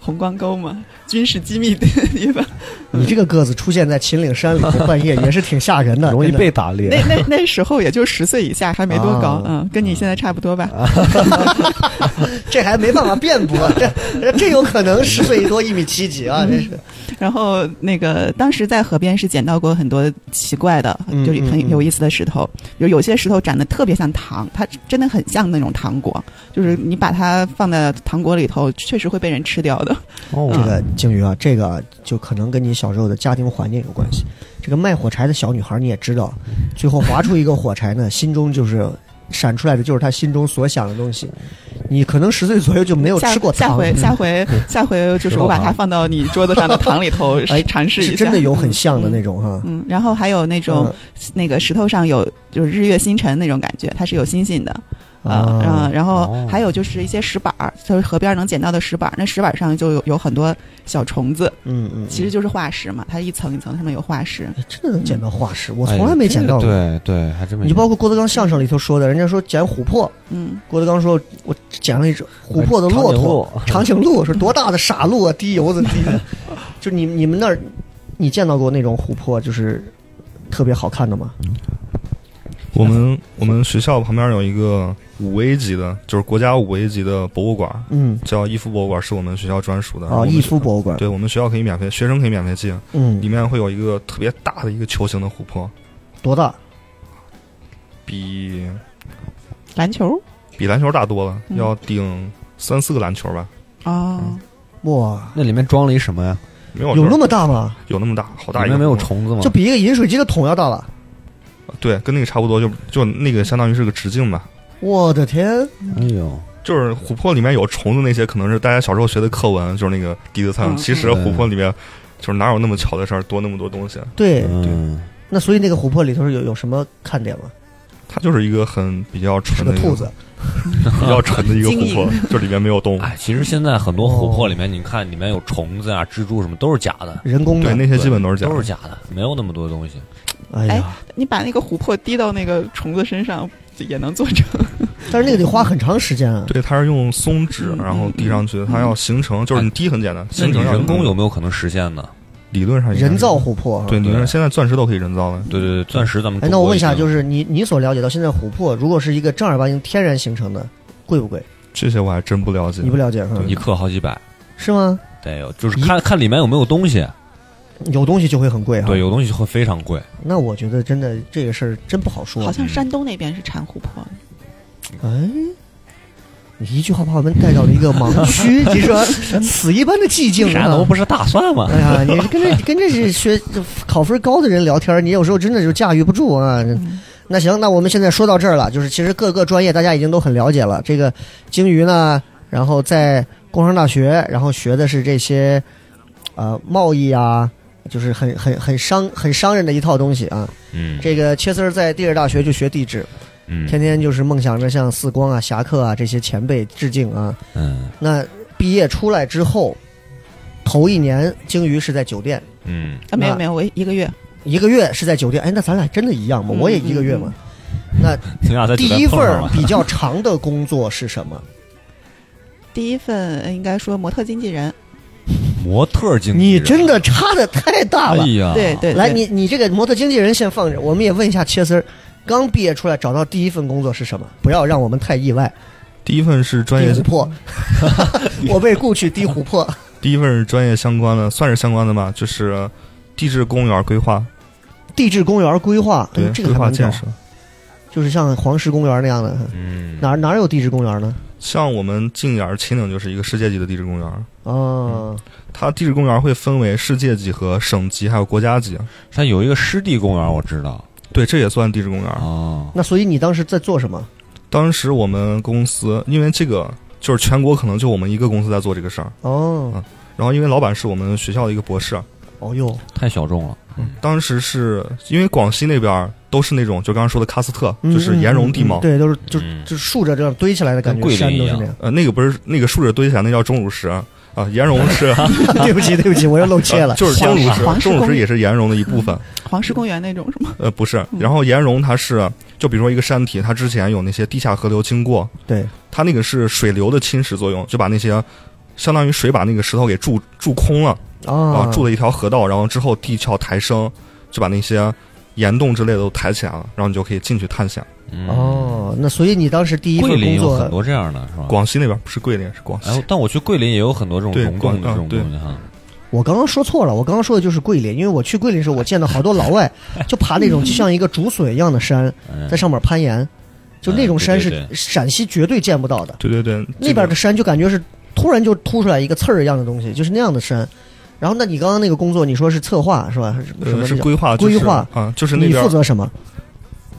红光沟嘛，军事机密的地 方。你这个个子出现在秦岭山里头半夜也是挺吓人的， 容易真的被打猎？那那那时候也就十岁以下，还没多高，啊嗯，跟你现在差不多吧。这还没办法辩驳， 这这有可能十岁多一米七几啊，这是 然后那个当时在河边是捡到过很多奇怪的，嗯就是嗯很嗯有意思的石头，有有些石头长得特别像糖，它真的很像那种糖果，就是嗯你把它放在糖果里头，确实会被人吃掉的。哦嗯这个鲸鱼啊，这个啊就可能跟你小时候的家庭环境有关系。这个卖火柴的小女孩你也知道，最后划出一个火柴呢，心中就是闪出来的就是她心中所想的东西。你可能十岁左右就没有下吃过下糖，回下回下回就是我把它放到你桌子上的糖里头 哎尝试一下，是真的有很像的那种哈、嗯，然后还有那种、嗯那个石头上有就是日月星辰那种感觉，它是有星星的。啊啊，嗯然后哦还有就是一些石板儿，就是河边能捡到的石板儿，那石板儿上就有有很多小虫子，嗯嗯，其实就是化石嘛，它一层一层上面有化石。哎真的能捡到化石，我从来没捡到过。对对，还真没。你包括郭德纲相声里头说的，人家说捡琥珀，嗯，郭德纲说：“我捡了一只琥珀的骆驼，长颈鹿。说多大的傻鹿啊，滴油子滴的。就你你们那儿，你见到过那种琥珀就是特别好看的吗？我们我们学校旁边有一个五 A 级的，就是国家五 A 级的博物馆，嗯，叫逸夫博物馆，是我们学校专属的。然后啊，我们逸夫博物馆，对我们学校可以免费，学生可以免费进，里嗯，面会有一个特别大的一个球形的琥珀，多大？比篮球比篮球大多了，嗯要顶三四个篮球吧。嗯啊，哇，那里面装了一什么呀？没有有就是那么大吗？有那么大，好大里一个面没有窟窿虫子吗就？比一个饮水机的桶要大吧？对，跟那个差不多，就就那个相当于是个直径吧。我的天，哎呦，就是琥珀里面有虫子那些，可能是大家小时候学的课文，就是那个低子嗯苍。其实嗯琥珀里面就是哪有那么巧的事儿，多那么多东西啊。对，嗯，那所以那个琥珀里头是有有什么看点吗？它就是一个很比较是纯个的一兔子，比较纯 的一个晶琥莹珀，就里面没有洞。哎，其实现在很多琥珀里面，你看里面有虫子啊、蜘蛛什么，都是假的，人工对，的。那些基本都是假都的是。假的，没有那么多东西。哎呀，你把那个琥珀滴到那个虫子身上也能做成。但是那个得花很长时间啊。对，它是用松脂嗯，嗯然后滴上去，它要形成，就是你滴很简单，嗯哎那形你成要人工有没有可能实现呢？理论上应该是人造琥珀啊。对，理论对上现在钻石都可以人造了。对对对，钻石咱们哎，那我问一下，就是是你你所了解到现在琥珀，如果是一个正儿八经天然形成的，贵不贵？这些我还真不了解你。不了解哈？一克好几百，是吗？得有，就是看看里面有没有东西，有东西就会很贵哈。对，有东西会非常贵。那我觉得真的这个事儿真不好说。好像山东那边是产琥珀，哎，你一句话把我们带到了一个盲 区，你说死一般的寂静啥都啊！不是大蒜吗？哎呀，你跟这跟这些学考分高的人聊天，你有时候真的就驾驭不住啊。那行，那我们现在说到这儿了，就是其实各个专业大家已经都很了解了。这个鲸鱼呢，然后在工商大学，然后学的是这些呃贸易啊，就是很很很商很商人的一套东西啊。嗯，这个切丝儿在地质大学就学地质，嗯天天就是梦想着向四光啊、侠客啊这些前辈致敬啊。嗯那毕业出来之后，头一年鲸鱼是在酒店，嗯啊，没有那没有，我一个月一个月是在酒店。哎，那咱俩真的一样吗？嗯我也一个月嘛。那你俩在酒第店一份碰上儿了比较长的工作是什么？第一份呃应该说模特经纪人，模特 经纪你人真的差的太大了哎。呀，对对，来，对你你这个模特经纪人先放着，我们也问一下切丝儿，刚毕业出来找到第一份工作是什么？不要让我们太意外。第一份是专滴业琥， 珀，我被雇去滴琥珀。第一份是专业相关的，算是相关的吧，就是地质公园规划，地质公园规划，哎对，这个规还划蛮建屌，设。就是像黄石公园那样的，嗯，哪儿哪儿有地质公园呢？像我们近点儿秦岭就是一个世界级的地质公园，哦，嗯它地质公园会分为世界级和省级，还有国家级。像有一个湿地公园，我知道对，这也算地质公园。哦，那所以你当时在做什么？当时我们公司因为这个，就是全国可能就我们一个公司在做这个事儿。哦，然后因为老板是我们学校的一个博士，啊哦哟，太小众了，当时是因为广西那边儿都是那种就刚刚说的喀斯特，嗯就是岩溶地貌。嗯嗯对，都是就嗯就竖着这样堆起来的感觉，跟桂林山都是一样那样。 呃，那个不是那个竖着堆起来，那叫钟乳石啊，岩溶 是对不起，对不起，我又漏切了。 就是钟乳石黄，石钟乳公石也是岩溶的一部分。黄石公园那种是吗？呃，不是嗯，然后岩溶它是，就比如说一个山体，它之前有那些地下河流经过，对，它那个是水流的侵蚀作用，就把那些相当于水把那个石头给注注空了，然啊后，注了一条河道，然后之后地壳抬升，就把那些岩洞之类的都抬起来了，然后你就可以进去探险。嗯，哦，那所以你当时第一份桂林工有很作，多这样的是吧？广西那边不是桂林，是广西。哎，但我去桂林也有很多这种对溶洞的广这啊种对东西哈，我刚刚说错了，我刚刚说的就是桂林，因为我去桂林的时候，我见到好多老外就爬那种像一个竹笋一样的山，嗯在上面攀岩，就那种山嗯对对是陕西绝对见不到的。对对对，那边的山就感觉是突然就凸出来一个刺儿一样的东西，就是那样的山。然后，那你刚刚那个工作，你说是策划是吧？这什个么呃是那个规划规划就是、啊，就是那你边负责什么？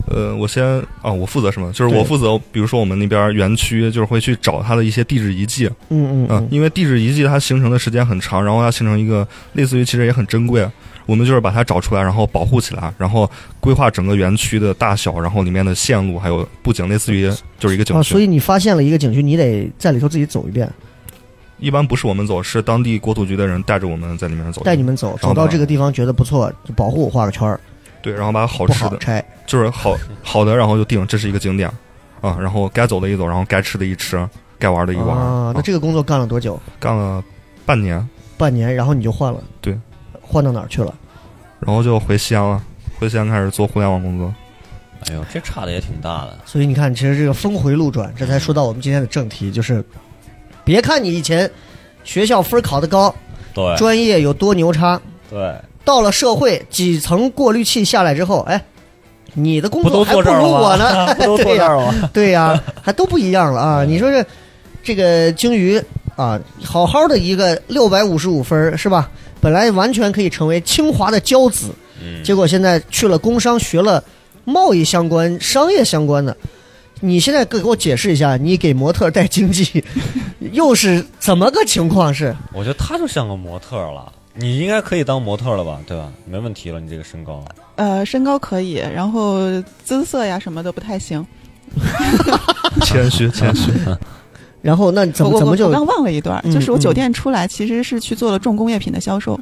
呃，我先啊，我负责什么？就是对我负责，比如说我们那边园区，就是会去找它的一些地质遗迹，嗯嗯嗯，因为地质遗迹它形成的时间很长，然后它形成一个类似于其实也很珍贵，我们就是把它找出来，然后保护起来，然后规划整个园区的大小，然后里面的线路还有布景，类似于就是一个景啊，区。所以你发现了一个景区，你得在里头自己走一遍，一般不是我们走，是当地国土局的人带着我们在里面走，带你们走，然后走到呢这个地方觉得不错，就保护画个圈儿，对，然后把好不吃好的拆。就是好好的，然后就定这是一个景点啊，然后该走的一走，然后该吃的一吃，该玩的一玩，啊，那啊这个工作干了多久？干了半年，半年，然后你就换了。对，换到哪儿去了？然后就回西安了，回西安开始做互联网工作。 哎呦，这差的也挺大的，所以你看，其实这个峰回路转，这才说到我们今天的正题，就是别看你以前学校分儿考得高，对专业有多牛叉，对，到了社会，几层过滤器下来之后，哎，你的工不作都还坐这儿如了啊我呢， 吗？不都坐 对这呀、儿了吗？对呀、还都不一样了啊！你说这这个鲸鱼啊，好好的一个六百五十五分儿是吧？本来完全可以成为清华的骄子，嗯，结果现在去了工商，学了贸易相关、商业相关的。你现在给我解释一下，你给模特带经济，又是怎么个情况是？我觉得他就像个模特了。你应该可以当模特了吧，对吧？没问题了，你这个身高，呃，身高可以，然后姿色呀什么的不太行。谦虚谦 虚，然后那怎我么我怎么我就我刚忘了一段，嗯就是我酒嗯店出来其实是去做了重工业品的销售。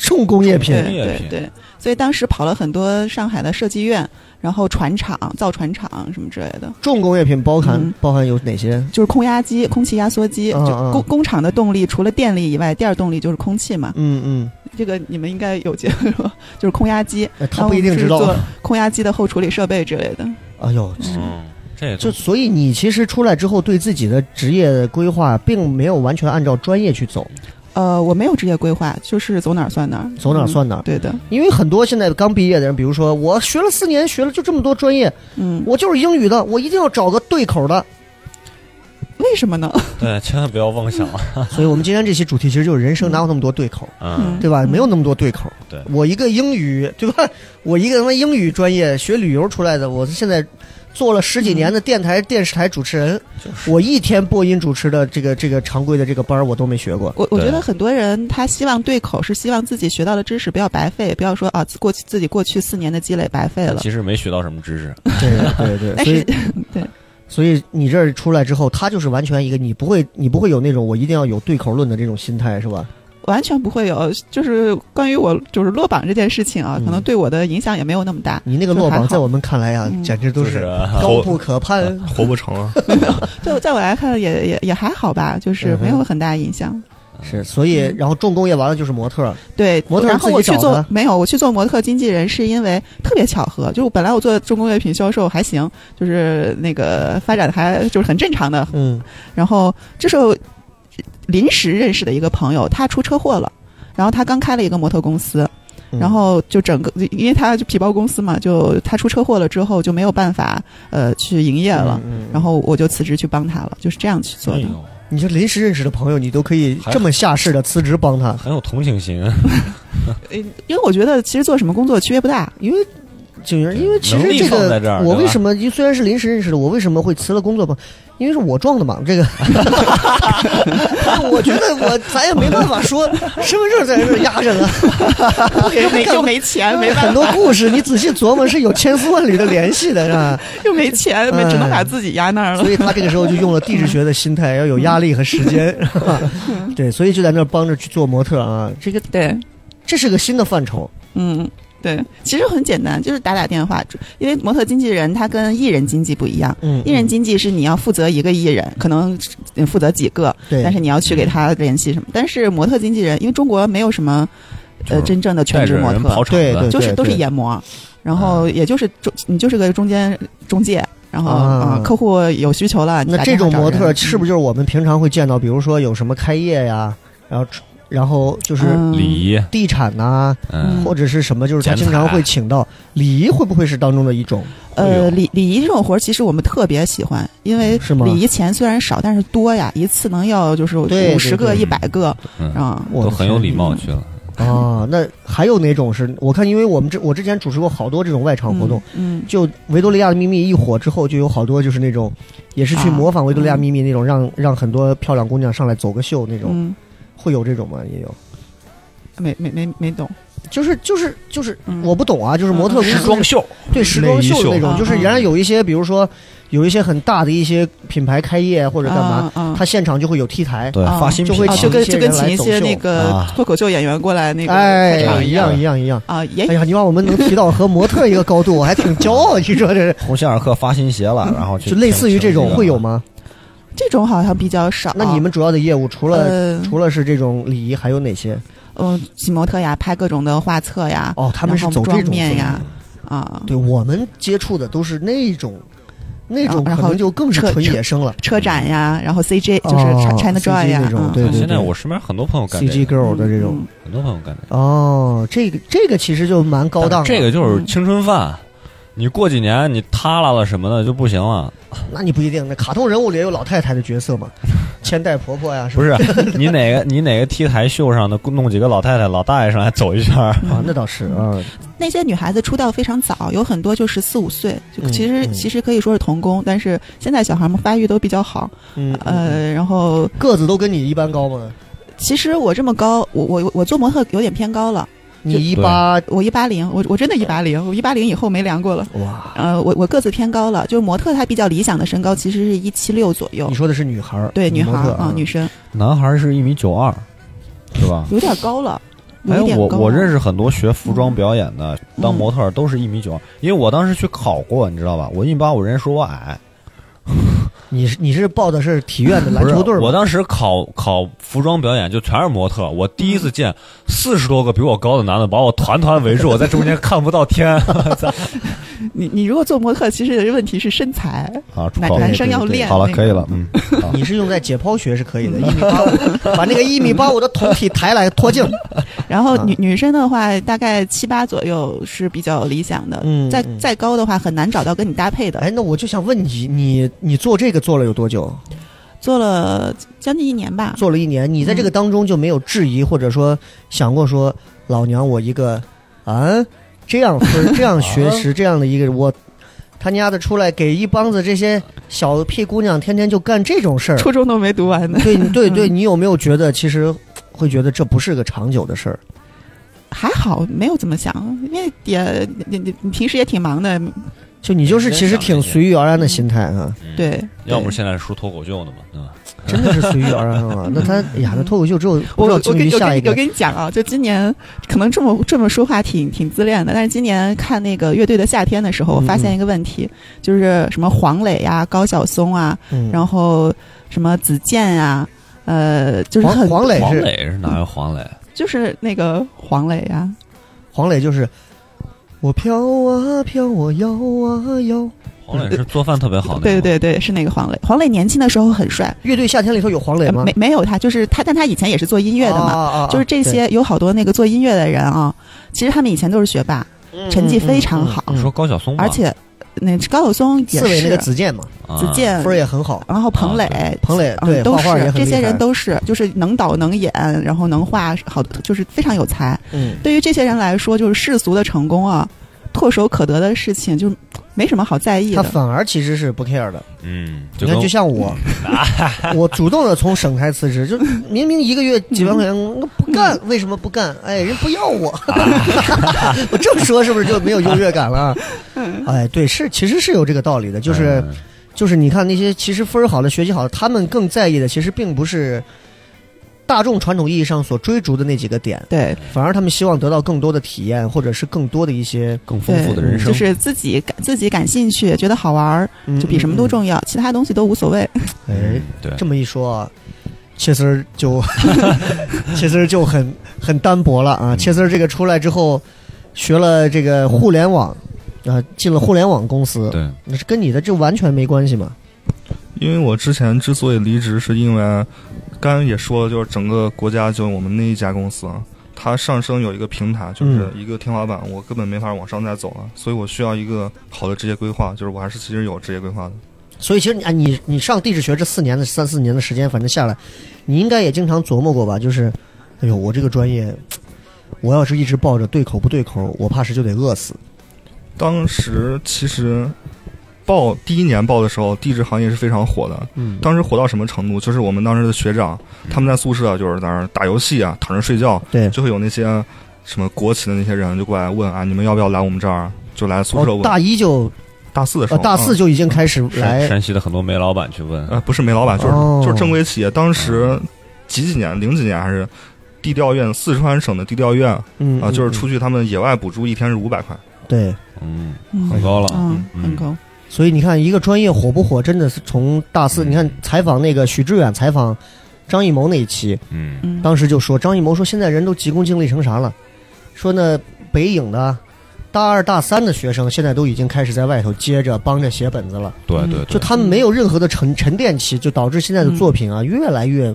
重工业品对工业对品对，所以当时跑了很多上海的设计院，然后船厂、造船厂什么之类的，重工业品包含、嗯包含有哪些？就是空压机、空气压缩机，嗯就嗯工工厂的动力除了电力以外，第二动力就是空气嘛。嗯嗯这个你们应该有接触，就是空压机，呃，然他后不一定是知道。做空压机的后处理设备之类的。哎呦，嗯，这也就都所以你其实出来之后，对自己的职业规划并没有完全按照专业去走，呃，我没有职业规划，就是走哪儿算哪儿，走哪儿算哪儿嗯。。对的，因为很多现在刚毕业的人，比如说我学了四年，学了就这么多专业，嗯，我就是英语的，我一定要找个对口 的。为什么 呢？对，千万不要妄想。所以我们今天这期主题其实就是人生哪有那么多对口，嗯，对吧？没有那么多对口。对我一个英语，对吧？我一个他妈英语专业学旅游出来的，我现在做了十几年的电台、电视台主持人，我一天播音主持的这个这个常规的这个班儿我都没学过。我我觉对得很多人他希望对口是希望自己学到的知识不要白费，不要说啊自过去自己过去四年的积累白费了。其实没学到什么知识，对 对对，但所以是对，所以你这儿出来之后，他就是完全一个你不会你不会有那种我一定要有对口论的这种心态，是吧？ 完全不会有，就是关于我就是落榜这件事情啊，嗯可能对我的影响也没有那么大。你那个就落还榜，好在我们看来啊，嗯简直都就是啊是高不可攀。活不成啊了。对，在我来看也也也还好吧，就是嗯哼没有很大影响。是，所以然后重工业完了就是模特儿，对，模特然自后己我去找做的没有，我去做模特经纪人是因为特别巧合，就是本来我做重工业品销售还行，就是那个发展的还就是很正常的，嗯，然后这时候临时认识的一个朋友，他出车祸了，然后他刚开了一个模特公司，嗯然后就整个因为他就皮包公司嘛，就他出车祸了之后就没有办法呃去营业了，嗯嗯哎然后我就辞职去帮他了，就是这样去做的。你这临时认识的朋友，你都可以还这么下士的辞职帮他，很有同情心，呃因为我觉得其实做什么工作区别不 大，因为景云，因为其能实力这放个在这儿我对吧为什么虽然是临时认识的，我为什么会辞了工作吧？因为是我撞的嘛， 这个，我觉得我咱也没办法说身份证在这儿压着呢， 又没干又 没钱，哎没办很多法，故事你仔细琢磨是有千丝万缕的联系的，是 吧？又没钱，没只能把自己压那儿了哎所。以他这个时候就用了地质学的心态，要有压力和时间， 对，所以就在那儿帮着去做模特啊，这个对，这是个新的范畴，嗯，对，其实很简单，就是打打电话，因为模特经纪人他跟艺人经纪不一样。嗯，艺人经纪是你要负责一个艺人，可能呃负责几个，对，但是你要去给他联系什么。但是模特经纪人，因为中国没有什么就呃是真正的带全着职模人跑特，场对对子，就是对都是对嗯研磨，然后也就是中你就是个中间中介，然后啊啊客户有需求了，你那打这电话种找模特人嗯是不是就是我们平常会见到，比如说有什么开业呀，然后出然后就是嗯礼仪，地产呐、嗯嗯或者是什么，就是他剪经常彩会请到礼仪，会不会是当中的一种？哎呦呃，礼礼仪这种活儿，其实我们特别喜欢，因为是吗礼仪钱虽然少，但是多呀，一次能要就是对五十个、对一百个嗯啊。我都的很天有礼貌去了，啊。那还有哪种是我看，因为我们之我之前主持过好多这种外场活动，嗯，就维多利亚的秘密一火之后，就有好多就是那种，也是去啊模仿维多利亚嗯秘密那种，让让很多漂亮姑娘上来走个秀那种，嗯会有这种吗？也有，嗯，没没没没懂。就是就是就是嗯我不懂啊，就是模特公嗯司那秀，对时装秀的那内衣种，秀就是嗯原来有一些，比如说有一些很大的一些品牌开业或者干嘛，啊？啊他现场就会有 T 台，对，啊发新就品会啊，啊请就一跟些就跟人来请一走些秀那个啊脱口秀演员过来那个开哎，场一样样一样一样。啊，也哎呀，你把我们能提到和模特一个高度，我还挺骄傲。你说这是鸿星尔克发新鞋了，然后去就类似于这种会有？吗？这种好像比较少。那你们主要的业务除了啊呃除了是这种礼仪，还有哪些？嗯，骑模特呀，拍各种的画册呀，哦，他们是然后走这妆种面风呀格，啊，对我们接触的都是那种那种，然可后能就更是车纯野生了。车展呀，然后 CJ 就哦是 China Joy CG 那呀，种嗯对对现在我身边很多朋友干 CG 这个， girl 的这种嗯，很多朋友干这个，哦，这个这个其实就蛮高档的。这个就是青春饭，你过几年你塌拉了什么的就不行了，那你不一定，那卡通人物里也有老太太的角 色嘛，千代婆婆呀，不是 是你哪个你哪个 T 台秀上的弄几个老太太老大爷上来走一圈儿，吧啊，那倒是啊，那些女孩子出道非常早，有很多就是四五岁，就嗯其实、嗯其实可以说是童工，但是现在小孩们发育都比较好，嗯，嗯呃，然后个子都跟你一般高吗？其实我这么高，我我我做模特有点偏高了，你一八我一八零，我我真的一八零，我一八零以后没量过了，哇，呃，我我个子偏高了，就是模特她比较理想的身高其实是一七六左右你，说的是女孩儿，对，女孩模儿特啊、女生男孩是一米九二，是吧？有点高了，有哎，一点我高我啊了认识很多学服装表演的，嗯当模特儿都是一米九二，因为我当时去考过，你知道吧？我一米八五，人家说我矮，你是你是报的是体院的篮不是球队儿吗？我当时考考服装表演就全是模特，我第一次见四十多个比我高的男的把我团团围住，我在中间看不到天。你你如果做模特，其实问题是身材，啊，男考男生要练好了，那个可以了，嗯，好你是用在解剖学是可以的，一米八五，把那个一米八五的酮体抬来脱镜，然后啊女、女生的话大概七八左右是比较理想的，嗯再嗯再高的话很难找到跟你搭配的。哎，那我就想问你，你你做这个做了有多久？做了将近一年吧，做了一年，你在嗯这个当中就没有质疑，或者说想过说，老娘我一个啊这样分、这样 学识、这样的一个我，他娘的出来给一帮子这些小屁姑娘天天就干这种事儿， 初中都没读完呢， 对你对对，嗯你有没有觉得其实会觉得这不是个长久的事儿？还好没有怎么想，因为也你你你平时也挺忙的，嗯就你就是其实挺随遇而安的心态啊，对。要不对是现在说脱口秀呢嘛，嗯，真的是随遇而安啊。那他哎呀，那脱口秀之后不我知道我鲸跟鱼我下一跟我个跟你讲啊，就今年可能这么这么说话挺挺自恋的，但是今年看那个乐队的夏天的时嗯候，我发现一个问题，就是什么黄磊呀、高晓松啊，嗯然后什么子健啊，呃，就是黄很黄磊黄哎是磊是哪个黄磊？就是那个黄磊啊呀、黄磊就是我飘啊飘，我摇啊摇。黄磊是做饭特别哦好那对个。对对，是那个黄磊。黄磊年轻的时候很帅，乐队夏天里头有黄磊呃吗？没没有他，就是他，但他以前也是做音乐的嘛。啊啊啊就是这些有好多那个做音乐的人啊，其实他们以前都是学霸，对成绩非常好嗯嗯嗯嗯嗯你说高晓松吧，而且那高晓松也刺猬那是个，子健嘛，啊子健分儿也很好。然后彭啊磊。彭磊嗯对都画画也是很这些厉害人都是，就是能导能演，然后能画，好就是非常有才。嗯，对于这些人来说，就是世俗的成功啊，唾手可得的事情，就是没什么好在意他的。反而其实是不 care 的。嗯，就你跟看，就像我， 我主动的从省台辞职，就明明一个月几万块钱，我不干，为什么不干？哎，人不要我， 我这么说是不是就没有优越感了？哎，对，是其实是有这个道理的，就是嗯就是你看那些其实分儿好的、学习好的，他们更在意的其实并不是大众传统意义上所追逐的那几个点，对，反而他们希望得到更多的体验，或者是更多的一些嗯更丰富的人生就，是自己感自己感兴趣，觉得好玩儿，就比什么都。重要，其他东西都无所谓。嗯嗯哎嗯，对，这么一说啊，切丝儿就 切丝儿就很很单薄了啊！切丝儿这个出来之后，学了这个互联网。啊，进了互联网公司，对，那是跟你的这完全没关系嘛？因为我之前之所以离职，是因为刚刚也说了，就是整个国家就我们那一家公司啊，它上升有一个平台，就是一个天花板，我根本没法往上再走了，所以我需要一个好的职业规划，就是我还是其实有职业规划的。所以其实你啊，你你上地质学这四年的三四年的时间，反正下来，你应该也经常琢磨过吧？就是，哎呦，我这个专业，我要是一直抱着对口不对口，我怕是就得饿死。当时其实报第一年报的时候，地质行业是非常火的。嗯当时火到什么程度？就是我们当时的学长，他们在宿舍就是在那儿打游戏啊，躺着睡觉，对，就会有那些什么国企的那些人就过来问啊，你们要不要来我们这儿？就来宿舍哦问。大一就大四的时呃候，大四嗯就已经开始山来山西的很多煤老板去问，呃不是煤老板，就是、哦就是正规企业。当时几几年，零几年还是地调院，四川省的地调院啊、嗯嗯就是嗯出去他们野外补助一天是五百块。对，嗯，嗯很啊高了，嗯，嗯很高。所以你看，一个专业火不火，真的是从大四。你看采访那个许志远采访张艺谋那一期，嗯，嗯，当时就说张艺谋说现在人都急功近利成啥了，说那北影的大二大三的学生现在都已经开始在外头接着帮着写本子了，对嗯对就对，他们没有任何的沉沉淀期，就导致现在的作品啊越来越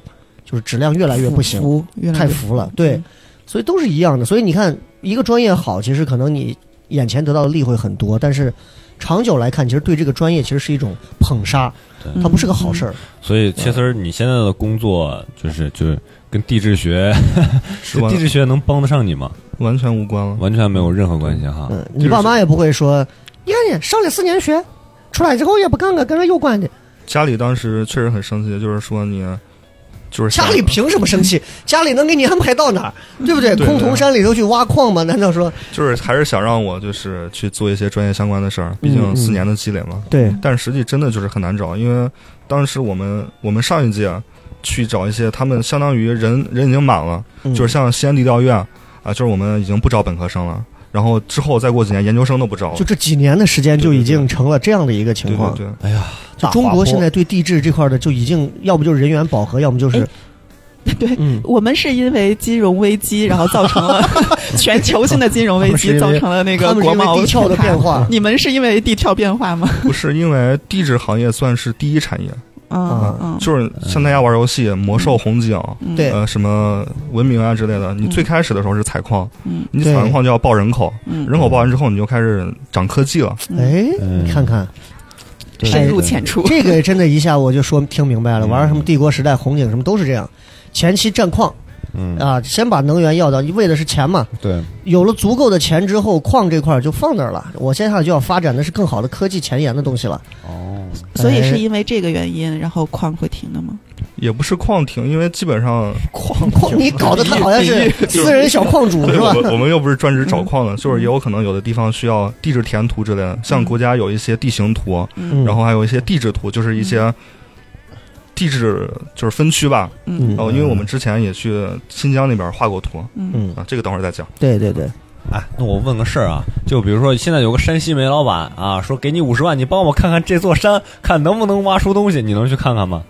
就是质量越来越不行，嗯服，越来太越服了。对，所以都是一样的。所以你看，一个专业好，其实可能你眼前得到的利会很多，但是长久来看，其实对这个专业其实是一种捧杀，嗯嗯对它不是个好事儿。所以切丝儿，你现在的工作就是就是跟地质学，是这完地质学能帮得上你吗？完全无关了。完全没有任何关系哈。嗯，你爸妈也不会说，你看你上了四年学，出来之后也不干了，跟这有关的。家里当时确实很生气，就是说你就是想家里凭什么生气？家里能给你安排到哪 儿，对不对？对空铜山里头去挖矿吗？难道说就是还是想让我就是去做一些专业相关的事儿，毕嗯竟嗯四年的积累嘛。对？但实际真的就是很难找，因为当时我们我们上一届啊去找一些他们相当于人人已经满了，嗯就是像西安地调院啊，就是我们已经不招本科生了，然后之后再过几年研究生都不招了就。这几年的时间就已经成了这样的一个情对况对。对，哎呀，就中国现在对地质这块的就已经要不就是人员饱和，要么就是哎对，嗯，我们是因为金融危机，然后造成了 全球性的金融危他们是因机，为造成了那他个们是国因为贸地 壳的崩塌变化你们是因为地壳变化吗？不是因为地质行业算是第一产业，啊嗯嗯，就是像大家玩游戏，魔兽、红警，嗯对呃，什么文明啊之类的，你最开始的时候是采矿，嗯你采完矿就要报人口，嗯人口报完之后，你就开始长科技了。嗯哎，嗯你看看对深哎入浅出，这个，真的一下我就说听明白了。玩什么帝国时代、红警什么都是这样，前期占矿嗯，啊，先把能源要到，为的是钱嘛。对，有了足够的钱之后，矿这块儿就放那儿了。我接下来就要发展的是更好的科技前沿的东西了。哦，所以哎是因为这个原因，然后矿会停的吗？也不是矿停，因为基本上矿矿，你搞得他好像是私人小矿主对是我吧？们我们又不是专职找矿的，就是也有可能有的地方需要地质填图之类的，像国家有一些地形图，嗯 然后还有一些地质图，就是一些地质就是分区吧。嗯哦，因为我们之前也去新疆那边画过图嗯嗯，啊，这个等会儿再讲。对对对，哎，那我问个事儿啊，就比如说现在有个山西煤老板啊，说给你五十万，你帮我看看这座山，看能不能挖出东西，你能去看看吗？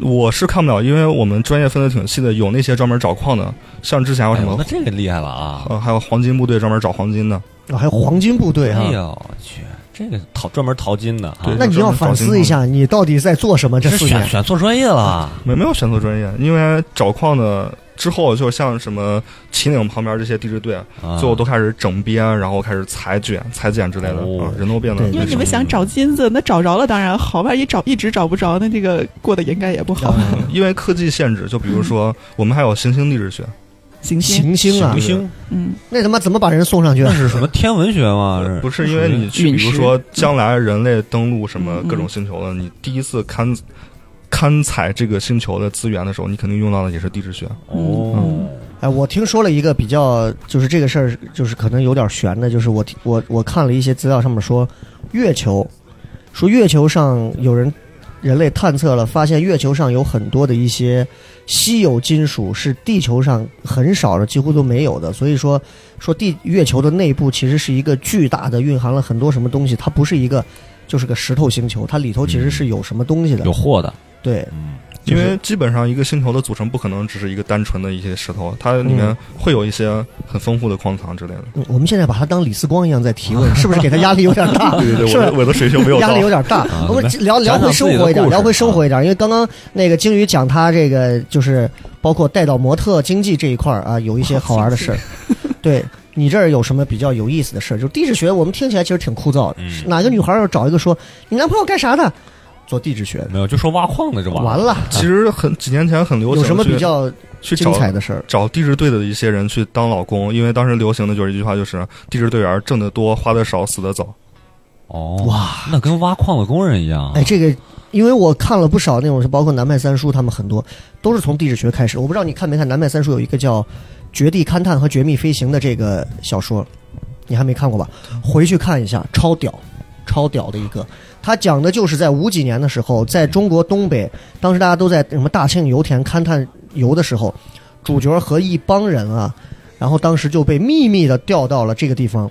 我是看不了，因为我们专业分的挺细的，有那些专门找矿的，像之前还有哎什么呦，那这个厉害了啊！呃，还有黄金部队专门找黄金的。啊，还有黄金部队啊哎哈。呦我去，这个淘专门淘金的哈对，那你要反思一下，你到底在做什么？这是四选年，选错专业了。没没有选错专业，因为找矿的之后，就像什么秦岭旁边这些地质队，啊最后都开始整编，然后开始裁卷、裁剪之类的，哦啊，人都变得对很因为你们少想找金子，那找着了当然好，万一找一直找不着，那这个过得应该也不好。啊嗯因为科技限制，就比如说我们还有行星地质学，行星，行星啊行，星，嗯，那他妈怎么把人送上去啊那？是什么天文学吗？是呃不啊是因为你去，陨嗯比石如说将来人类登陆什么各种嗯星球了，你第一次勘勘采这个星球的资源的时候，你肯定用到的也是地质学。哦， 哎，我听说了一个比较，就是这个事儿，就是可能有点悬的，就是我听我我看了一些资料，上面说月球，说月球上有人人类探测了，发现月球上有很多的一些稀有金属是地球上很少的，几乎都没有的。所以说，说地月球的内部其实是一个巨大的，蕴含了很多什么东西，它不是一个就是个石头星球，它里头其实是有什么东西的。嗯有货的，对，嗯，因就是为基本上一个星球的组成不可能只是一个单纯的一些石头，它里面会有一些很丰富的矿藏之类的。嗯我们现在把它当李四光一样在提 问，是不是给他压力有点大？是吧我的水平没压力有点大啊。我们来聊聊讲讲回生自己的活一点，故事聊回生活一点，因为刚刚那个鲸鱼讲他这个就是包括带到模特经济这一块儿啊，有一些好玩的 事儿。对你这儿有什么比较有意思的事儿？就地质学，我们听起来其实挺枯燥的。嗯哪个女孩要找一个说你男朋友干啥的？做地质学的，没有，就说挖矿的就完了。了。其实很几年前很流行有去，什么比较去精找彩的事儿？找地质队的一些人去当老公，因为当时流行的就是一句话，就是地质队员挣得多，花得少，死得早。哦，哇，那跟挖矿的工人一样啊。哎，这个。因为我看了不少那种，是包括南派三叔他们很多都是从地质学开始。我不知道你看没看南派三叔有一个叫《绝地勘探》和《绝密飞行》的这个小说，你还没看过吧？回去看一下，超屌，超屌的一个。他讲的就是在五几年的时候，在中国东北，当时大家都在什么大庆油田勘探油的时候，主角和一帮人啊，然后当时就被秘密的调到了这个地方。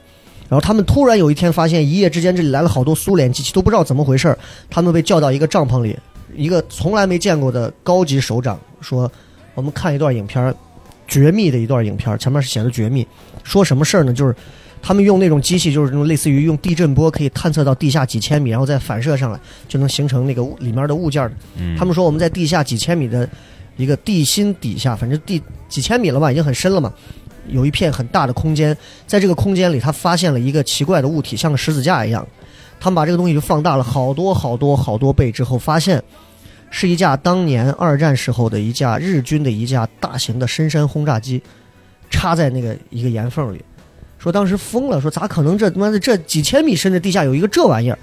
然后他们突然有一天发现，一夜之间这里来了好多苏联机器，都不知道怎么回事儿。他们被叫到一个帐篷里，一个从来没见过的高级首长说：“我们看一段影片儿，绝密的一段影片儿，前面是写的绝密，说什么事儿呢？就是他们用那种机器，就是那种类似于用地震波可以探测到地下几千米，然后再反射上来，就能形成那个物里面的物件儿。嗯他们说我们在地下几千米的一个地心底下，反正地几千米了吧，已经很深了嘛。有一片很大的空间，在这个空间里，他发现了一个奇怪的物体，像个十字架一样。他们把这个东西就放大了好多好多好多倍之后，发现是一架当年二战时候的一架日军的一架大型的深山轰炸机，插在那个一个岩缝里。说当时疯了，说咋可能这他妈的这几千米深的地下有一个这玩意儿，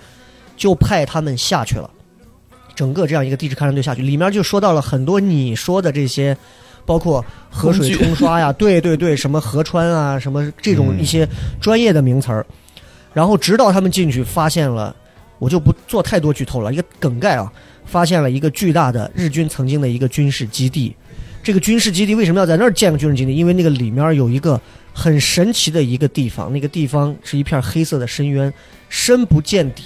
就派他们下去了。整个这样一个地质勘察队下去，里面就说到了很多你说的这些，包括河水冲刷呀，对对对，什么河川啊，什么这种一些专业的名词儿。然后直到他们进去，发现了，我就不做太多剧透了，一个梗概啊，发现了一个巨大的日军曾经的一个军事基地。这个军事基地为什么要在那儿建个军事基地？因为那个里面有一个很神奇的一个地方，那个地方是一片黑色的深渊，深不见底。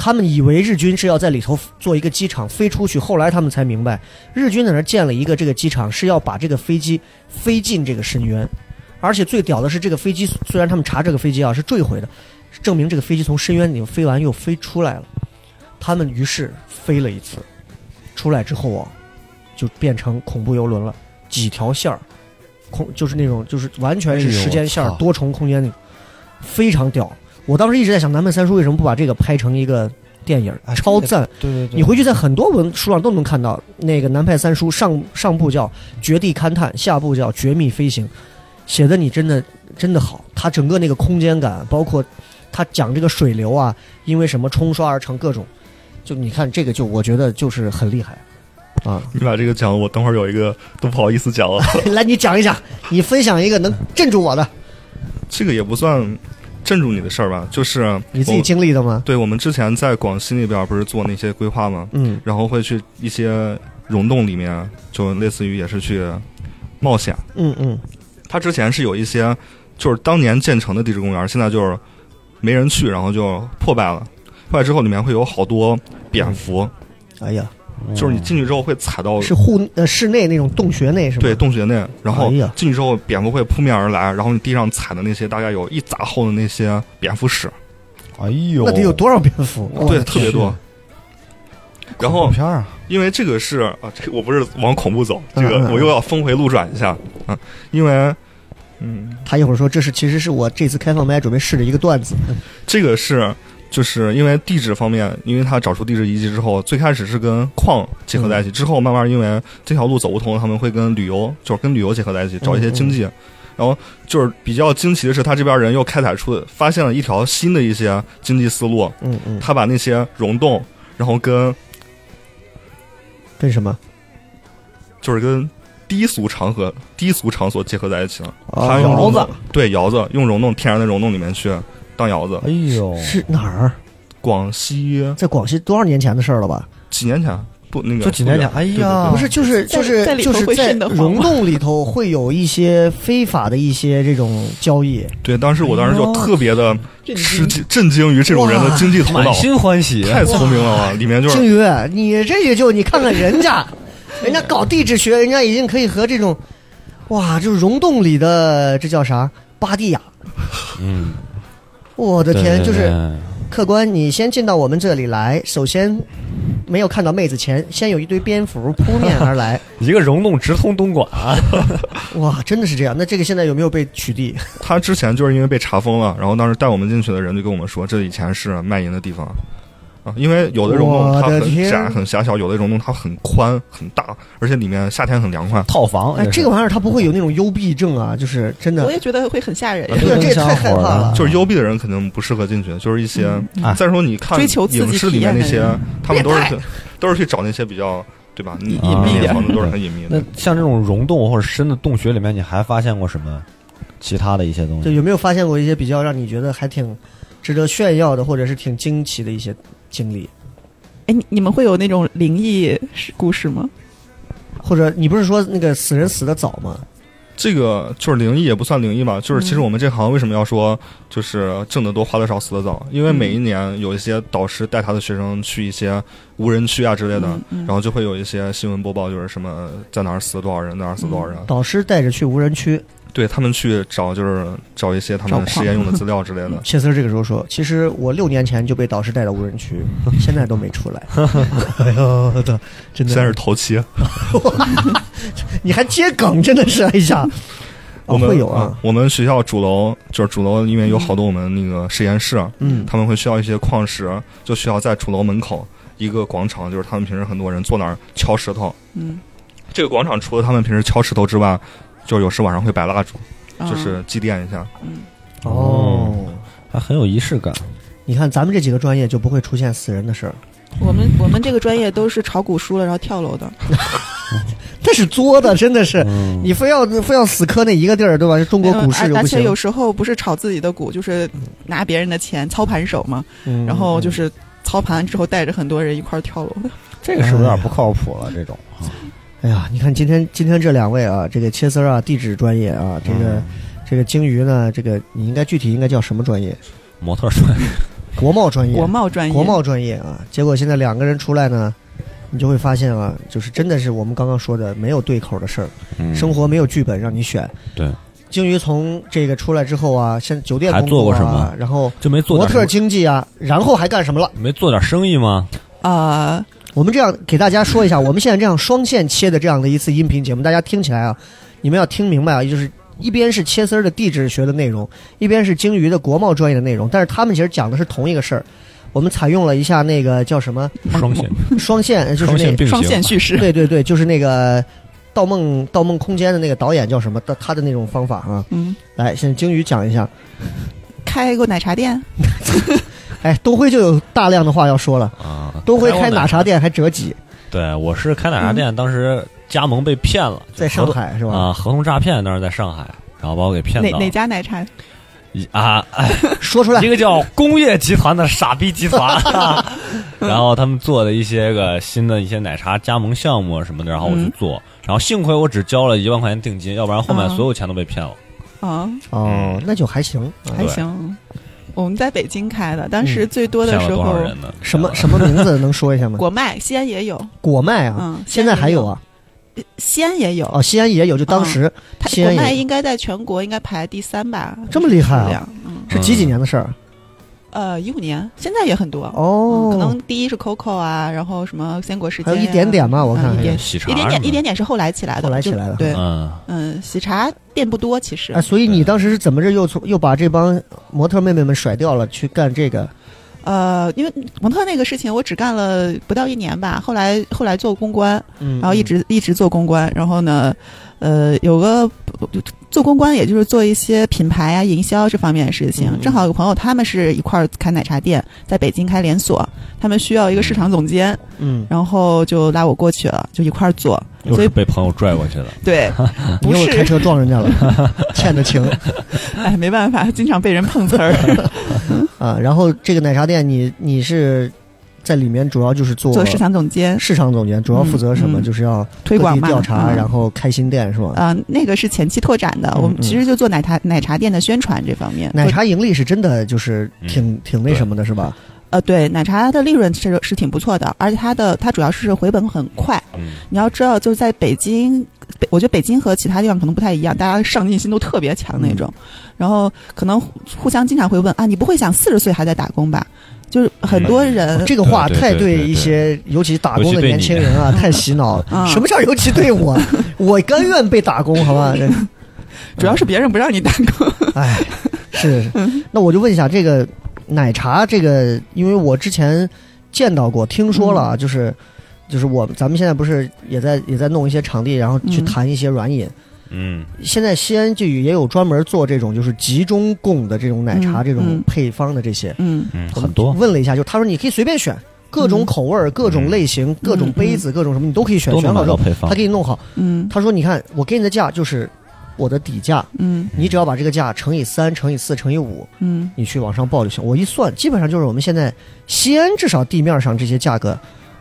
他们以为日军是要在里头做一个机场飞出去，后来他们才明白，日军在那儿建了一个这个机场，是要把这个飞机飞进这个深渊。而且最屌的是，这个飞机虽然他们查这个飞机啊是坠毁的，证明这个飞机从深渊里飞完又飞出来了。他们于是飞了一次，出来之后啊，就变成恐怖游轮了，几条线儿，空就是那种就是完全是时间线哎儿、呦我操多重空间那种，非常屌。我当时一直在想，咱们三叔为什么不把这个拍成一个 电影儿？哎超赞！对对对，你回去在很多文书上都能看到，那个南派三叔上上部叫《绝地勘探》，下部叫《绝密飞行》，写的你真的真的好。他整个那个空间感，包括他讲这个水流啊，因为什么冲刷而成各种，就你看这个就我觉得就是很厉害啊。你把这个讲，我等会儿有一个都不好意思讲了。 来，你讲一讲，你分享一个能镇住我的，这个也不算镇住你的事儿吧，就是 你自己我经历的吗？对我们之前在广西那边不是做那些规划吗？嗯然后会去一些溶洞里面，啊就类似于也是去冒险。嗯嗯，它之前是有一些就是当年建成的地质公园，现在就是没人去，然后就破败了。破败之后里面会有好多蝙蝠，哎呀，就是你进去之后会踩到嗯是户呃室内那种洞穴内是吗？对，洞穴内，然哎后呀进去之后蝙蝠会扑面而来，然后你地上踩的那些大概有一拃厚的那些蝙蝠屎，哎哦呦，那得有多少蝙蝠？我对，的特别天多。然后恐怖片儿啊，因为这个是啊，这个我不是往恐怖走，这嗯嗯个嗯我又要峰回路转一下啊，因为嗯，他一会儿说这是其实是我这次开放麦准备试的一个段子，这个是就是因为地质方面，因为他找出地质遗迹之后，最开始是跟矿结合在一起，之后慢慢因为这条路走不通，他们会跟旅游就是跟旅游结合在一起，找一些经济。然后就是比较惊奇的是，他这边人又开采出发现了一条新的一些经济思路，嗯嗯，他把那些溶洞，然后跟跟什么？就是跟低俗场合、低俗场所结合在一起了。哦他用溶窑洞，对窑子，用溶洞天然的溶洞里面去当窑子。哎呦，是哪儿？广西在广西多少年前的事儿了吧？几年前不那个就几年前，哎呀，啊不是，就是在就是在里头就是会在瘆得慌吗溶洞里头会有一些非法的一些这种交易，对，当时我当时就特别的吃惊，震惊于这种人的经济头满脑，心欢喜，太聪明了啊！里面就静是宇，你这也就你看看人 家，人家搞地质学，人家已经可以和这种，哇，就是溶洞里的这叫啥巴蒂亚， 嗯，我的天，对就是。对客官，你先进到我们这里来，首先没有看到妹子前，先有一堆蝙蝠扑面而来，一个溶洞直通东莞，啊哇，真的是这样。那这个现在有没有被取缔？他之前就是因为被查封了，然后当时带我们进去的人就跟我们说，这以前是卖淫的地方啊，因为有的溶洞它我的很天窄很狭小，有的溶洞它很宽很大，而且里面夏天很凉快。套房，哎，这是个玩意儿它不会有那种幽闭症啊，就是真我的。也觉得会很吓人。对对，这也太害怕啊了。就是幽闭的人肯定不适合进去，就是一些。啊再说你看嗯追求刺激影视里面那体验些的人，他们都是去都是去找那些比较对吧？隐隐蔽点房子都是很隐秘那的。像这种溶洞或者深的洞穴里面，你还发现过什么其他的一些东对，西？有没有发现过一些比较让你觉得还挺值得炫耀的，或者是挺惊奇的一些经历？哎，你你们会有那种灵异事故事吗？或者你不是说那个死人死的早吗？这个就是灵异也不算灵异吧，就是嗯其实我们这行为什么要说就是挣得多花得少死得早？因为嗯每一年有一些导师带他的学生去一些无人区啊之类的，嗯嗯然后就会有一些新闻播报，就是什么在哪儿死了多少人，哪儿死了多少嗯人，导师带着去无人区，对他们去找就是找一些他找们矿。实验 用的资料之类的谢思这个时候说：“其实我六年前就被导师带到无人区，现在都没出 来。哎呦我的，真嗯现在是头七，你还接梗，真的是哎呀！哦我们、会有啊啊，我们学校主楼就是主楼，因为有好多我们那个实验室，嗯他们会需要一些矿石，就需要在主楼门口一个广场，就是他们平时很多人坐那儿敲石头。嗯，这个广场除了他们平时敲石头之外，就有时晚上会摆蜡烛，啊就是祭奠一下。哦，还很有仪式感。你看咱们这几个专业就不会出现死人的事儿，我们我们这个专业都是炒股输了然后跳楼的，但是作的真的是，嗯，你非要非要死磕那一个地儿，对吧？中国股市哎又而不且行有，时候不是炒自己的股，就是拿别人的钱操盘手嘛，嗯然后就是操盘之后带着很多人一块儿跳楼的。这个是不是有点不靠谱了？这种哎呀，你看今天今天这两位啊，这个切丝儿啊，地质专业啊，这嗯个、这个鲸鱼呢，这个你应该具体应该叫什么专业？模特帅，国贸专业，国贸专业，国贸专业啊。结果现在两个人出来呢，你就会发现啊，就是真的是我们刚刚说的没有对口的事儿，嗯生活没有剧本让你选。对，鲸鱼从这个出来之后啊，现在酒店还工作做过什啊么然后就没做模点特什儿么经济啊，然后还干什么了？没做点生意吗？啊，我们这样给大家说一下，我们现在这样双线切的这样的一次音频节目，大家听起来啊，你们要听明白啊，就是一边是切丝儿的地质学的内容，一边是鲸鱼的国贸专业的内容，但是他们其实讲的是同一个事儿。我们采用了一下那个叫什么双线双线， 呃就是双线那并行，双线叙事，对对对，就是那个《盗梦盗梦空间》的那个导演叫什么？他他的那种方法啊，嗯，来，现在鲸鱼讲一下。开过奶茶店，哎，东辉就有大量的话要说了。啊。东辉开开过奶奶茶店还折几，对，我是开奶茶店，当时加盟被骗了，就在合上同海是吧？啊，合同诈骗当时在上海，然后把我给骗啊哪到哪家奶茶？一啊，哎说出来 一，个叫工业集团的傻逼集 团，然后他们做的一些个新的一些奶茶加盟项目什么的，然后我去嗯做，然后幸亏我只交了一万块钱定金，要不然后面啊所有钱都被骗了。啊，哦，那就还行。啊还行。我们在北京开的，当时最多的骗时嗯了多候少，人呢？什么什么名字能说一 下吗？国脉西安也有，果麦啊，嗯现在还有啊，西安也有。哦，西安也有，就嗯当时它西国安脉也有应该在全国应该排第三吧？这么厉害质啊，量嗯，是几几年的事儿？呃，一五年，现在也很多。嗯哦，可能第一是 COCO 啊，然后什么鲜果时还间有呀，一点点嘛，我看嗯还一有点喜茶一点什么点，的一点点是后来起来的，后来起就来的对，嗯，嗯，喜茶店不多，其实哎，，所以你当时是怎么着又从又把这帮模特妹妹们甩掉了，去干这个？呃，因为蒙特那个事情，我只干了不到一年吧，后来后来做公关，嗯，然后一直一直做公关，然后呢，呃，有个做公关，也就是做一些品牌啊、营销这方面的事情。嗯正好有个朋友，他们是一块儿开奶茶店，在北京开连锁，他们需要一个市场总监，嗯，然后就拉我过去了，就一块儿做。又所是以被朋友拽过去的。对， 嗯你不又开是，车撞人家 了，欠的情哎，没办法，经常被人碰瓷儿。啊。然后这个奶茶店，你你是在里面主要就是 做做市场总监市场总监，主要负责什么？嗯嗯就是要推各广地嘛，调查，嗯然后开新店是吧？啊、那个是前期拓展的，嗯我们嗯其实就做奶茶奶茶店的宣传这方面。奶茶盈利是真的就是嗯挺挺那什么的，是吧？呃，对，奶茶的利润是是挺不错的，而且它的它主要是回本很快。嗯，你要知道，就是在北京，北我觉得北京和其他地方可能不太一样，大家上进心都特别强嗯那种，然后可能互互相经常会问啊，你不会想四十岁还在打工吧？就是很多人。嗯这个话对对太对对一些，尤其打工尤的其对年你轻人 啊，太洗脑了。 嗯什么叫尤其对 我？我甘愿被打工，好吧？主要是别人不让你打工，哎，是是。是那我就问一下，这个奶茶，这个因为我之前见到过，听说了啊，嗯就是就是我咱们现在不是也在也在弄一些场地，然后去嗯谈一些软饮。嗯，现在西安就也有专门做这种就是集中供的这种奶茶、嗯这种嗯配方的这些。嗯，嗯，我们很多。嗯问了一下，就他说你可以随便选，各种口味儿、各种类型、各种杯子、各种什么，你都可以选，都选能好买之到后配方他给你弄好。嗯他说你看，我给你的价就是我的底价，嗯你只要把这个价乘以三、乘以四、乘以五，嗯你去往上报就行。我一算，基本上就是我们现在西安至少地面上这些价格。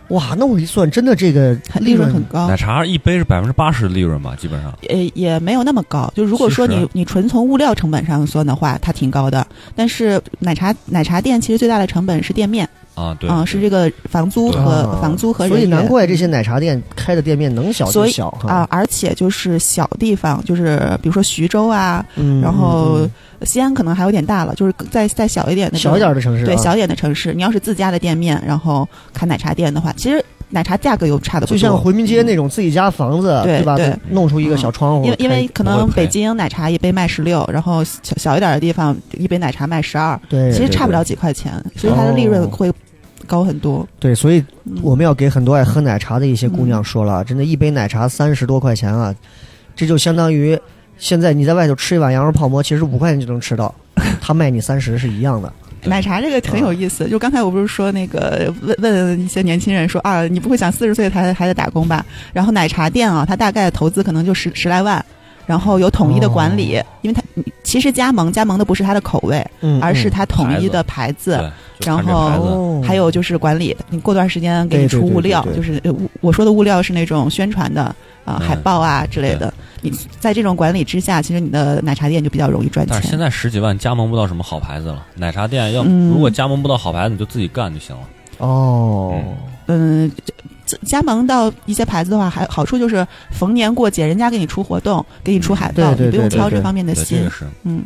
哇，那我一算，真的这个嗯，利利润润很高奶，茶一杯是百分之八十利润吧，基本上。呃，也没有那么高。就如果说其你实你纯从物料成本上算的话，它挺高的。但是奶茶奶茶店其实最大的成本是店面，啊，对，啊、是这个房租对和、啊呃房租和人所以难员怪这些奶茶店开的店面能小就所以小哈啊，，而且就是小地方，就是比如说徐州啊，嗯然嗯后嗯西安可能还有点大了，就是再再小一点的小一点的、的城市啊，对小一点的城市，你要是自家的店面，然后开奶茶店的话，其实奶茶价格又差的不就多。嗯像回民街那种自己家房子，对吧对？弄出一个小窗户，因为因为可能不会北赔京奶茶一杯卖十六，然后小小一点的地方一杯奶茶卖十二，对，其实对差不了几块钱，所以它的利润哦会高很多。对，所以嗯我们要给很多爱喝奶茶的一些姑娘说了，真的，一杯奶茶三十多块钱啊，这就相当于现在你在外头吃一碗羊肉泡馍，其实五块钱就能吃 到，他卖你三十是一样的。奶茶这个很有意思，就刚才我不是说那个问问一些年轻人说啊，你不会想四十岁才还在打工吧？然后奶茶店啊，它大概投资可能就十十来万，然后有统一的管理，因为它其实加盟加盟的不是它的口味，嗯，而嗯是它统一的牌子。对，就看然这后牌子，哦还有就是管理，你过段时间给对你对出对物对料，对就是呃物我说的物料是那种宣传的啊、嗯海报啊之类的。你在这种管理之下，其实你的奶茶店就比较容易赚但是现钱。在十几万加盟不到什么好牌子了，奶茶店要嗯如果加盟不到好牌子，你就自己干就行了。哦，嗯，这加盟到一些牌子的话，还好处就是逢年过节，人家给你出活动，给你出海报，对对你不用对对操对这方面的对，这心个。是嗯，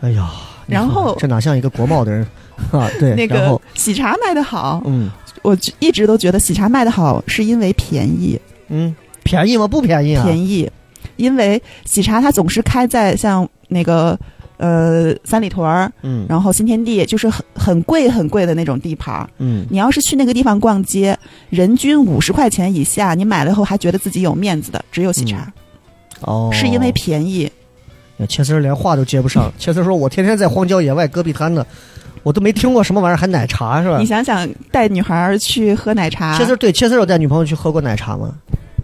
哎呀，你看然后这哪像一个国贸的人 啊？对，那然个后喜茶卖的好，嗯我就一直都觉得喜茶卖的好是因为便宜。嗯，便宜吗？不便宜啊，便宜，因为喜茶它总是开在像那个呃三里屯儿，嗯，然后新天地，就是很很贵很贵的那种地盘儿。嗯你要是去那个地方逛街，人均五十块钱以下，你买了以后还觉得自己有面子的，只有喜茶，哦，是因为便宜。切丝儿连话都接不上，切丝儿说我天天在荒郊野外戈壁滩呢，我都没听过什么玩意儿还奶茶是吧你？想想，带女孩儿去喝奶茶切，丝儿对切丝儿有带女朋友去喝过奶茶吗？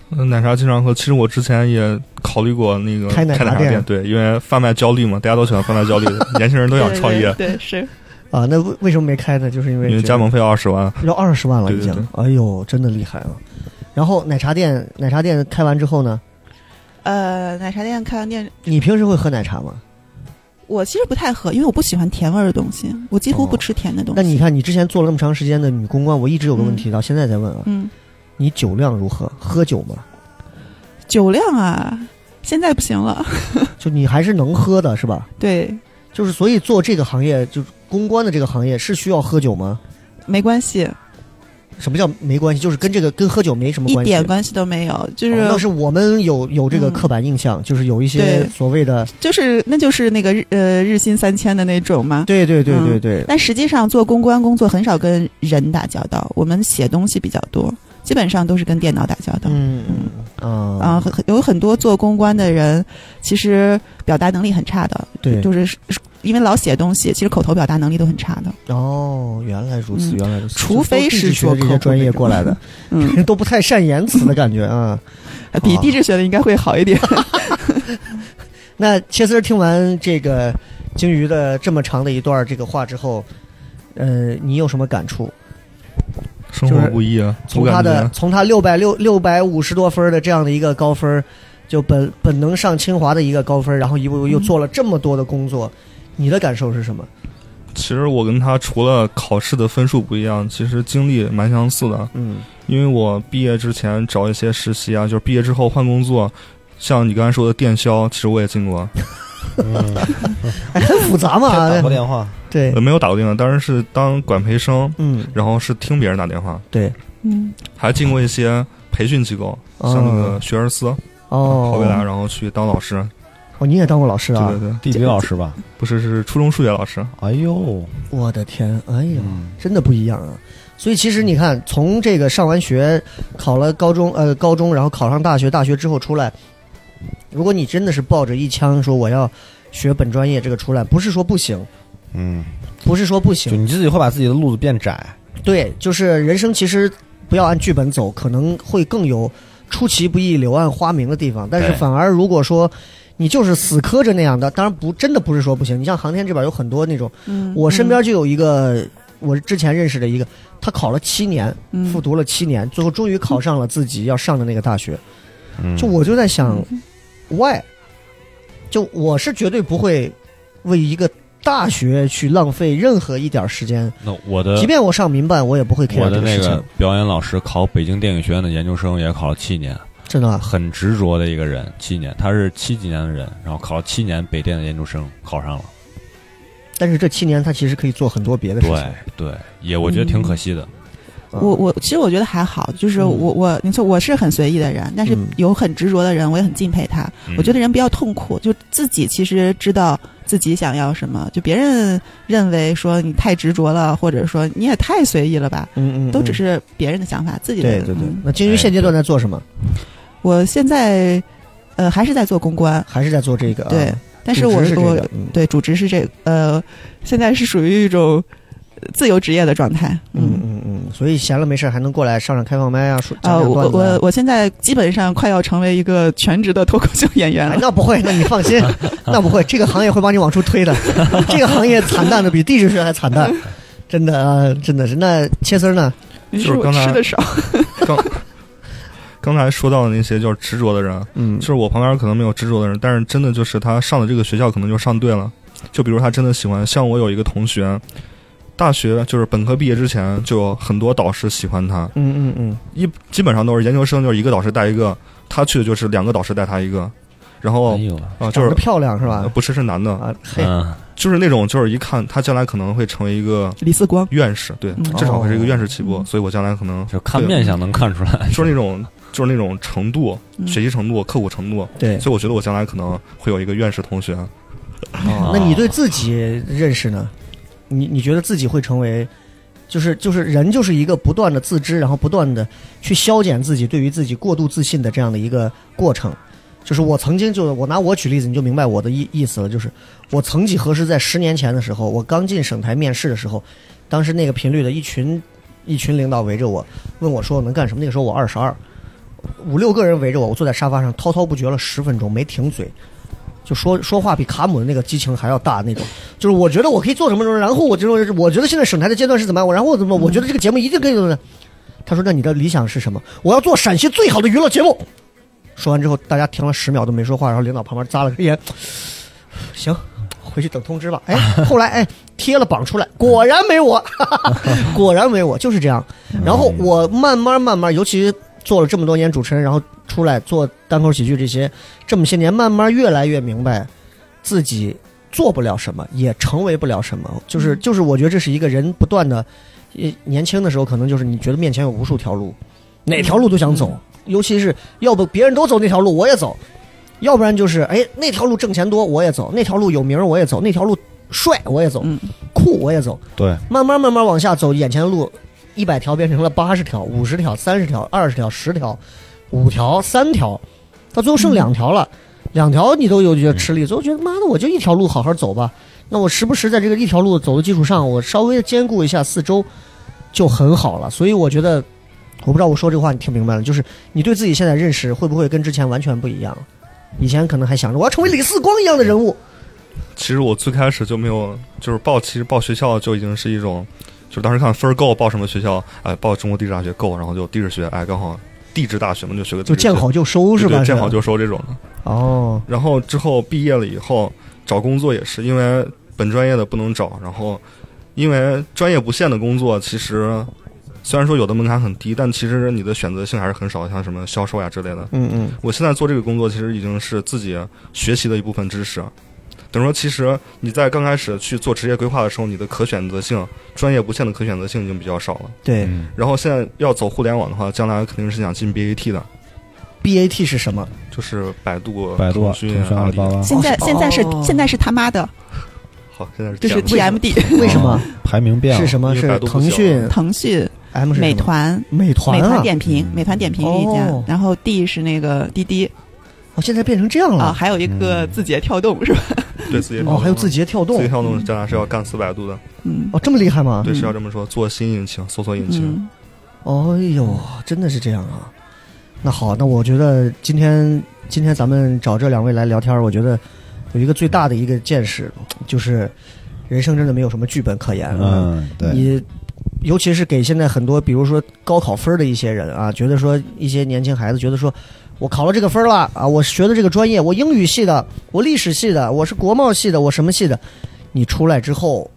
呃奶茶经常喝。其实我之前也考虑过那个开奶奶茶茶店店，对，因为贩卖焦虑嘛，大家都喜欢贩 卖焦虑，年轻人都对想对创业，对对是。啊，那为为什么没开呢？就是因为因为这加盟费要二十万。要二十万了已经，对对哎呦，真的厉害啊！然后奶茶店，奶茶店开完之后呢，呃，奶茶店、开完店，你平时会喝奶茶吗？我其实不太喝，因为我不喜欢甜味儿的东西，我几乎不吃甜的东西。哦那你看，你之前做了那么长时间的女公关，我一直有个问题，到现在在问啊，嗯，你酒量如何？喝酒吗？酒量啊，现在不行了。 就你还是能喝的是吧？对，就是所以做这个行业，就是公关的这个行业是需要喝酒吗？没关系，什么叫没关系？就是跟这个跟喝酒没什么一关系。点关系都没有，就哦是、那是我们有有这个嗯刻板印象，就是有一些对所谓的，就是那就是那个日呃日薪三千的那种嘛。对对对对嗯对，但实际上做公关工作很少跟人打交道，我们写东西比较多，基本上都是跟电脑打交道。嗯嗯啊，啊，很很有很多做公关的人，其实表达能力很差的，对，就是是因为老写东西，其实口头表达能力都很差的。哦，原来如此，嗯原来如此，除非是说说这些专业过来的， 嗯，都不太善言辞的感觉啊。比地质学的应该会好一点。那切丝儿听完这个鲸鱼的这么长的一段这个话之后，呃，你有什么感触？生就活是不易啊，从我他感觉的从他六百六六百五十多分儿的这样的一个高分儿，就本本能上清华的一个高分儿，然后一步步又做了这么多的工作，你的感受是什么？其实我跟他除了考试的分数不一样，其实经历蛮相似的。嗯因为我毕业之前找一些实习啊，就是毕业之后换工作，像你刚才说的电销，其实我也进过，嗯，哎，很复杂嘛 打，过电话，对呃，，没有打过电话，当然是当管培生，嗯，然后是听别人打电话，对， 嗯，还进过一些培训机构，哦像那个学而思，跑回哦，来然后去当老师，哦，你也当过老师对啊对？对，地理老师吧？不是是初中数学老师， 哎呦，我的天，哎呀，嗯真的不一样啊！所以其实你看，从这个上完学，考了高中，呃，高中，然后考上大学，大学之后出来，如果你真的是抱着一腔说我要学本专业这个出来，不是说不行，嗯，不是说不就行，你自己会把自己的路子变窄，对，就是人生其实不要按剧本走，可能会更有出其不意、柳暗花明的地方。但是对反而如果说你就是死磕着那样的，当然不真的不是说不行。你像航天这边有很多那种，嗯我身边就有一个，我之前认识的一个，他考了七年，嗯复读了七年，最后终于考上了自己要上的那个大学。嗯就我就在想，why？就我是绝对不会为一个大学去浪费任何一点儿时间，那我的即便我上民办，我也不会 care 呃我这的那事情个。表演老师考北京电影学院的研究生也考了七年，真的啊，很执着的一个人，七年，他是七几年的人，然后考了七年北电的研究生，考上了。但是这七年他其实可以做很多别的事情对。对，也我觉得挺可惜的。嗯我我其实我觉得还好，就是嗯我我你说我是很随意的人，但是嗯有很执着的人，我也很敬佩他。嗯我觉得人不要痛苦，就自己其实知道自己想要什么，就别人认为说你太执着了，或者说你也太随意了吧，嗯嗯，都只是是别人的想法，自己的。对对对嗯。那金鱼现哎阶段在做什么？我现在呃还是在做公关，还是在做这个？啊对，，但是主我职是这我个嗯对主职是这个呃，现在是属于一种自由职业的状态，嗯嗯嗯，所以闲了没事儿还能过来上上开放麦啊，说啊，讲讲我段子啊我我现在基本上快要成为一个全职的脱口秀演员哎了。那不会，那你放心，那不会，这个行业会帮你往出推的。这个行业惨淡的比地质学还惨淡，真的啊，真的是。那切丝儿呢？ 你就是说我刚才吃的少，刚刚才说到的那些就是执着的人，啊嗯就是我旁边可能没有执着的人，但是真的就是他上的这个学校可能就上对了。就比如他真的喜欢，像我有一个同学，大学就是本科毕业之前就有很多导师喜欢他，嗯嗯嗯，一基本上都是研究生就是一个导师带一个，他去的就是两个导师带他一个，然后哎呦，啊就长是得漂亮是吧？不是是男的，啊，嘿，嗯，就是那种就是一看他将来可能会成为一个李四光，院士，对嗯，至少会是一个院士起哦步，所以我将来可能就看对面相能看出来。就是那种就是那种程度、嗯学习程度、刻苦程度，对。所以我觉得我将来可能会有一个院士同学。哦那你对自己认识呢？你你觉得自己会成为，就是就是人就是一个不断的自知，然后不断的去消减自己对于自己过度自信的这样的一个过程。就是我曾经就我拿我举例子，你就明白我的意意思了。就是我曾几何时，在十年前的时候，我刚进省台面试的时候，当时那个频率的一群一群领导围着我，问我说我能干什么。那个时候我二十二，五六个人围着我，我坐在沙发上滔滔不绝了十分钟，没停嘴。就说说话比卡姆的那个激情还要大那种，就是我觉得我可以做什么什么，然后我就说我觉得现在省台的阶段是怎么样，我然后我怎么，我觉得这个节目一定可以怎么样。他说：“那你的理想是什么？我要做陕西最好的娱乐节目。”说完之后，大家停了十秒都没说话，然后领导旁边咂了根烟，行，回去等通知吧。哎，后来哎贴了榜出来，果然没我，哈哈哈果然没我，就是这样。然后我慢慢慢慢，尤其做了这么多年主持人，然后出来做单口喜剧这些，这么些年，慢慢越来越明白自己做不了什么，也成为不了什么。就是就是，我觉得这是一个人不断的，呃年轻的时候可能就是你觉得面前有无数条路，哪条路都想走，嗯尤其是要不别人都走那条路，我也走；要不然就是哎那条路挣钱多，我也走；那条路有名儿我也走；那条路帅我也走，嗯酷我也走。对，慢慢慢慢往下走，眼前的路一百条变成了八十条、五十条、三十条、二十条、十条、五条、三条，到最后嗯剩两条了。两条你都有觉得吃力，所以我觉得妈的，我就一条路好好走吧。那我时不时在这个一条路走的基础上，我稍微兼顾一下四周，就很好了。所以我觉得，我不知道我说这话你听明白了，就是你对自己现在认识会不会跟之前完全不一样？以前可能还想着我要成为李四光一样的人物，其实我最开始就没有，就是报，其实报学校就已经是一种，就是当时看分儿够，报什么学校，哎，报中国地质大学够，然后就地质学，哎，刚好地质大学嘛，就学个地就质学见好就收是对吧？见是好就收这种的。哦，然后之后毕业了以后找工作也是，因为本专业的不能找，然后因为专业不限的工作，其实虽然说有的门槛很低，但其实你的选择性还是很少，像什么销售呀之类的。嗯嗯，我现在做这个工作，其实已经是自己学习的一部分知识。啊等于说，其实你在刚开始去做职业规划的时候，你的可选择性、专业不限的可选择性已经比较少了。对嗯然后现在要走互联网的话，将来肯定是想进 BAT 的， ，BAT 是什 么？就是百度、啊百度、啊腾腾讯、讯、阿阿里里巴。巴现在现在是现在是他妈的，好，现在是这是 TM TMD，为什么？排名变了，哦是什么？因为是百度不腾行讯、腾讯、 M 是什么美、团、美团美啊团！点评、美团点评是一家哦，然后 D 是那个滴滴哦，现在变成这样啊，了。还有一嗯个字节跳动是吧？对字节跳哦，动还有字节跳动字节。跳动将来是要干死百度的，嗯哦，这么厉害吗？对，是要这么说，做新引擎、搜索引擎。嗯，哦呦，真的是这样啊！那好，那我觉得今天今天咱们找这两位来聊天儿，我觉得有一个最大的一个见识，就是人生真的没有什么剧本可言。，啊嗯，对，你尤其是给现在很多，比如说高考分儿的一些人啊，觉得说一些年轻孩子觉得说，我考了这个分儿了啊，我学的这个专业，我英语系的，我历史系的，我是国贸系的，我什么系的，你出来之后，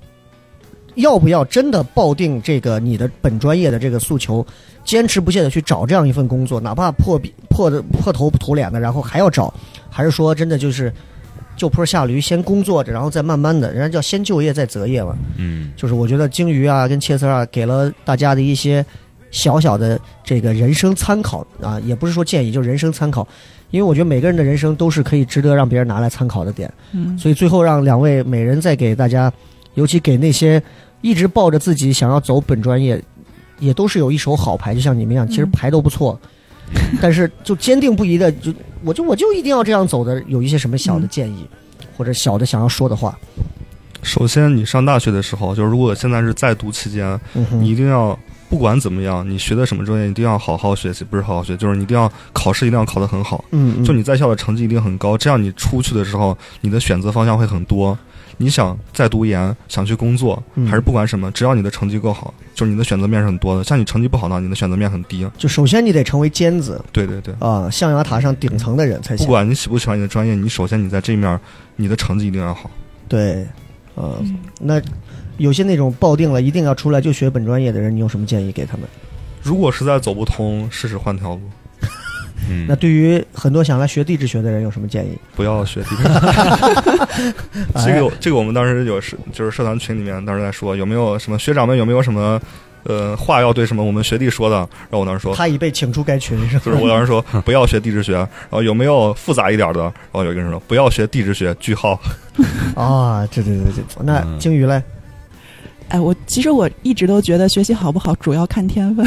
要不要真的抱定这个你的本专业的这个诉求，坚持不懈的去找这样一份工作，哪怕破壁破的破头土脸的，然后还要找，还是说真的就是就坡下驴，先工作着，然后再慢慢的，人家叫先就业再择业嘛。嗯，就是我觉得鲸鱼啊跟切丝儿啊给了大家的一些小小的这个人生参考啊，也不是说建议，就是人生参考，因为我觉得每个人的人生都是可以值得让别人拿来参考的点。嗯，所以最后让两位每人再给大家，尤其给那些一直抱着自己想要走本专业，也都是有一手好牌，就像你们一样，其实嗯牌都不 错，但是就坚定不移的，就我就我就一定要这样走的，有一些什么小的嗯建议、或者小的想要说的话，首先，你上大学的时候，就是如果现在是在读期间，嗯哼，你一定要不管怎么样，你学的什么专业，一定要好好学习，不是好好学，就是你一定要考试一定要考得很好，嗯嗯就你在校的成绩一定很高，这样你出去的时候，你的选择方向会很多。你想再读研，想去工作，嗯还是不管什么，只要你的成绩够好，就是你的选择面是很多的。像你成绩不好呢，你的选择面很低。就首先你得成为尖子对对对，啊、象牙塔上顶层的人才不行，管你喜不喜欢你的专业，你首先你在这面儿，你的成绩一定要好。对，呃，那有些那种抱定了一定要出来就学本专业的人，你有什么建议给他们？嗯如果实在走不通，试试换条路，嗯那对于很多想来学地质学的人有什么建议？不要学地震。这哎个这个我们当时有是就是社团群里面当时在说，有没有什么学长们有没有什么呃话要对什么我们学弟说的？然后我当时说，哎他已被请出该群，是吧？就是我当时 说不要学地质学，然后有没有复杂一点的？然后有一个人说不要学地质学，句号。啊，这这这这，那嗯鲸鱼嘞？哎，我其实我一直都觉得学习好不好主要看天分。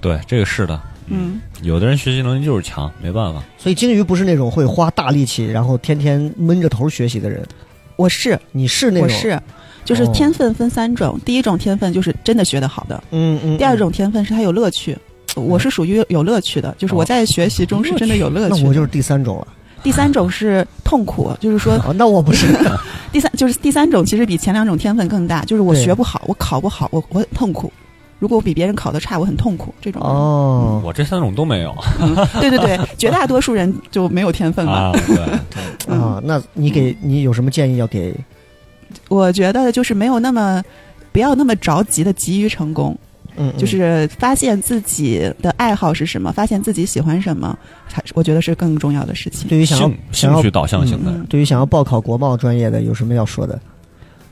对，这个是的，嗯，有的人学习能力就是强，没办法。所以鲸鱼不是那种会花大力气，然后天天闷着头学习的人， 我是你是那我种？是，就是哦天分分三种，第一种天分就是真的学得好的，嗯嗯。第二嗯，种天分是他有乐趣。我是属于有乐趣的，就是我哦在学习中是真的有乐趣的。那我就是第三种了。第三种是痛苦，就是 说啊，那我不 是。第三就是第三种，其实比前两种天分更大，就是我对学不好，我考不好，我我很痛苦。如果我比别人考得差，我很痛苦。这种人，哦，我这三种都没有对对对，绝大多数人就没有天 分嘛。啊，对，啊，那你给你有什么建议要给？我觉得就是没有那么，不要那么着急的急于成功，嗯，嗯就是发现自己的爱好是什么，发现自己喜欢什么，才是我觉得是更重要的事情。对于想要兴想兴要趣导向型的，嗯，对于想要报考国贸专业的有什么要说的？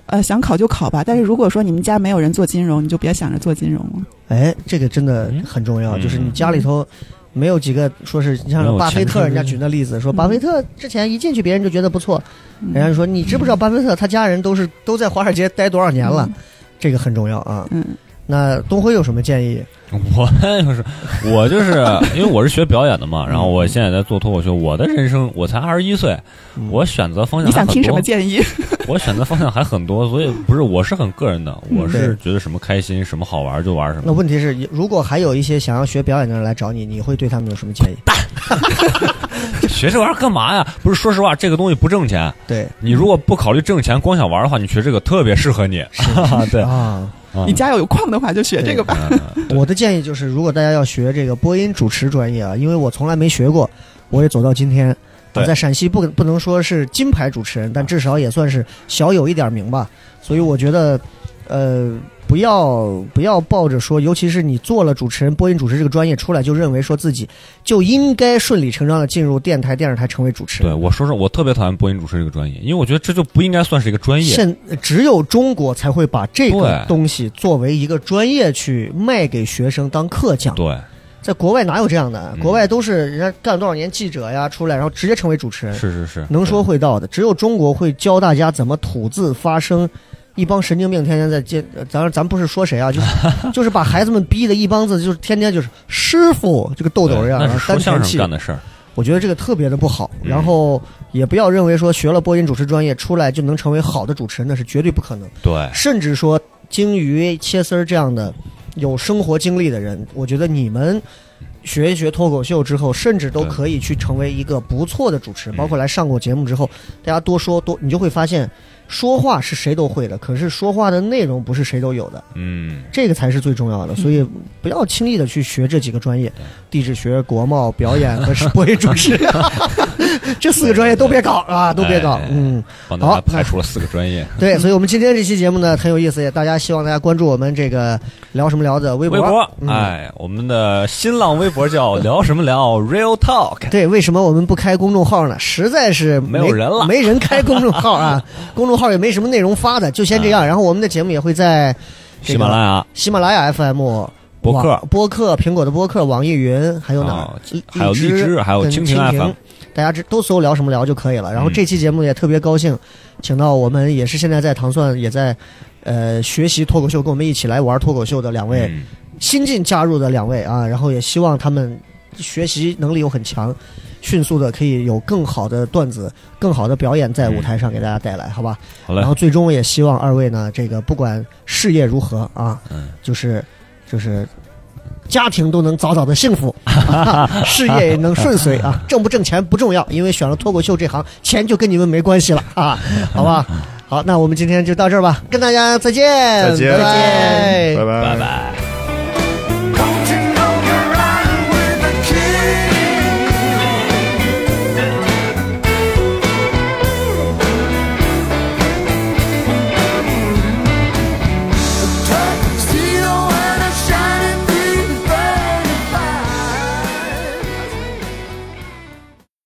呃，想考就考吧，但是如果说你们家没有人做金融，你就别想着做金融了。哎，这个真的很重要，嗯就是你家里头没有几个说是，你像没有巴菲特，钱人家举那例子说，巴菲特之前一进去，别人就觉得不错，嗯人家说你知不知道巴菲特他家人都是都在华尔街待多少年了，这个很重要啊。嗯，那东辉有什么建议？ 我就是我就是因为我是学表演的嘛，然后嗯我现在也在做脱口秀，我的人生我才二十一岁，嗯我选择方你向还想嗯啊很听什么多，建议？ 我选择方向还很多，所以不是我是很个人的，嗯我是觉得什么开心什么好玩就玩什那么。问题是，如果还有一些想要学表演的人来找你，你会对他们有什么建议？学这玩意儿干嘛呀？不是，说实话，这个东西不挣钱。对你如果不考虑挣钱，光想玩的话，你学这个特别适合你。 对，啊，嗯你家要有矿的话，就学这个吧。我的建议就是，如果大家要学这个播音主持专业啊，因为我从来没学过，我也走到今天。我对在陕西不不能说是金牌主持人，但至少也算是小有一点名吧。所以我觉得，呃，不要不要抱着说，尤其是你做了主持人、播音主持这个专业出来，就认为说自己就应该顺理成章的进入电台、电视台成为主持人对。我说说，我特别讨厌播音主持这个专业，因为我觉得这就不应该算是一个专业。现只有中国才会把这个对东西作为一个专业去卖给学生当课讲。对，在国外哪有这样的？嗯国外都是人家干了多少年记者呀，出来然后直接成为主持人，是是是，能说会道的。只有中国会教大家怎么吐字发声，一帮神经病天天在街，呃咱咱不是说谁 啊，就是就是把孩子们逼的一帮子就是天天就是师傅这个豆对豆一样，哎那然是后说丹田相气声。干的事儿。我觉得这个特别的不好。嗯然后也不要认为说学了播音主持专业出来就能成为好的主持人，那是绝对不可能。对，甚至说鲸鱼、切丝儿这样的有生活经历的人，我觉得你们学一学脱口秀之后，甚至都对可以去成为一个不错的主持人。嗯包括来上过节目之后，大家多说多，你就会发现，说话是谁都会的，可是说话的内容不是谁都有的，嗯，这个才是最重要的。所以不要轻易的去学这几个专业，地质学、国贸、表演和播音主持， 这四个专业都别搞啊，都别搞哎，嗯。帮大好家排除了四个专业。对，所以我们今天这期节目呢很有意思，也大家希望大家关注我们这个聊什么聊的微博。微博，嗯、，哎，我们的新浪微博叫聊什么聊 Real Talk，对，为什么我们不开公众号呢？实在是没有人了没人开公众号 啊，公众号也没什么内容发的，就先这样。然后我们的节目也会在这啊喜个马拉雅，喜马拉雅 FM、博客网、播客、苹果的播客、网易云，还有哪儿啊？还有荔枝还有跟蜻蜻蜓 FM 大家知都搜“聊什么聊”就可以了。然后嗯这期节目也特别高兴，请到我们也是现在在糖蒜也在呃学习脱口秀，跟我们一起来玩脱口秀的两位、嗯新进加入的两位啊，然后也希望他们学习能力又很强，迅速的可以有更好的段子、更好的表演在舞台上给大家带来，好吧？好嘞然后，最终也希望二位呢，这个不管事业如何啊，就是就是家庭都能早早的幸 福，啊、事业也能顺遂 啊，挣不挣钱不重要，因为选了脱口秀这行，钱就跟你们没关系了 啊，好吧？嗯好，那我们今天就到这儿吧，跟大家再见，再拜见拜拜拜拜拜。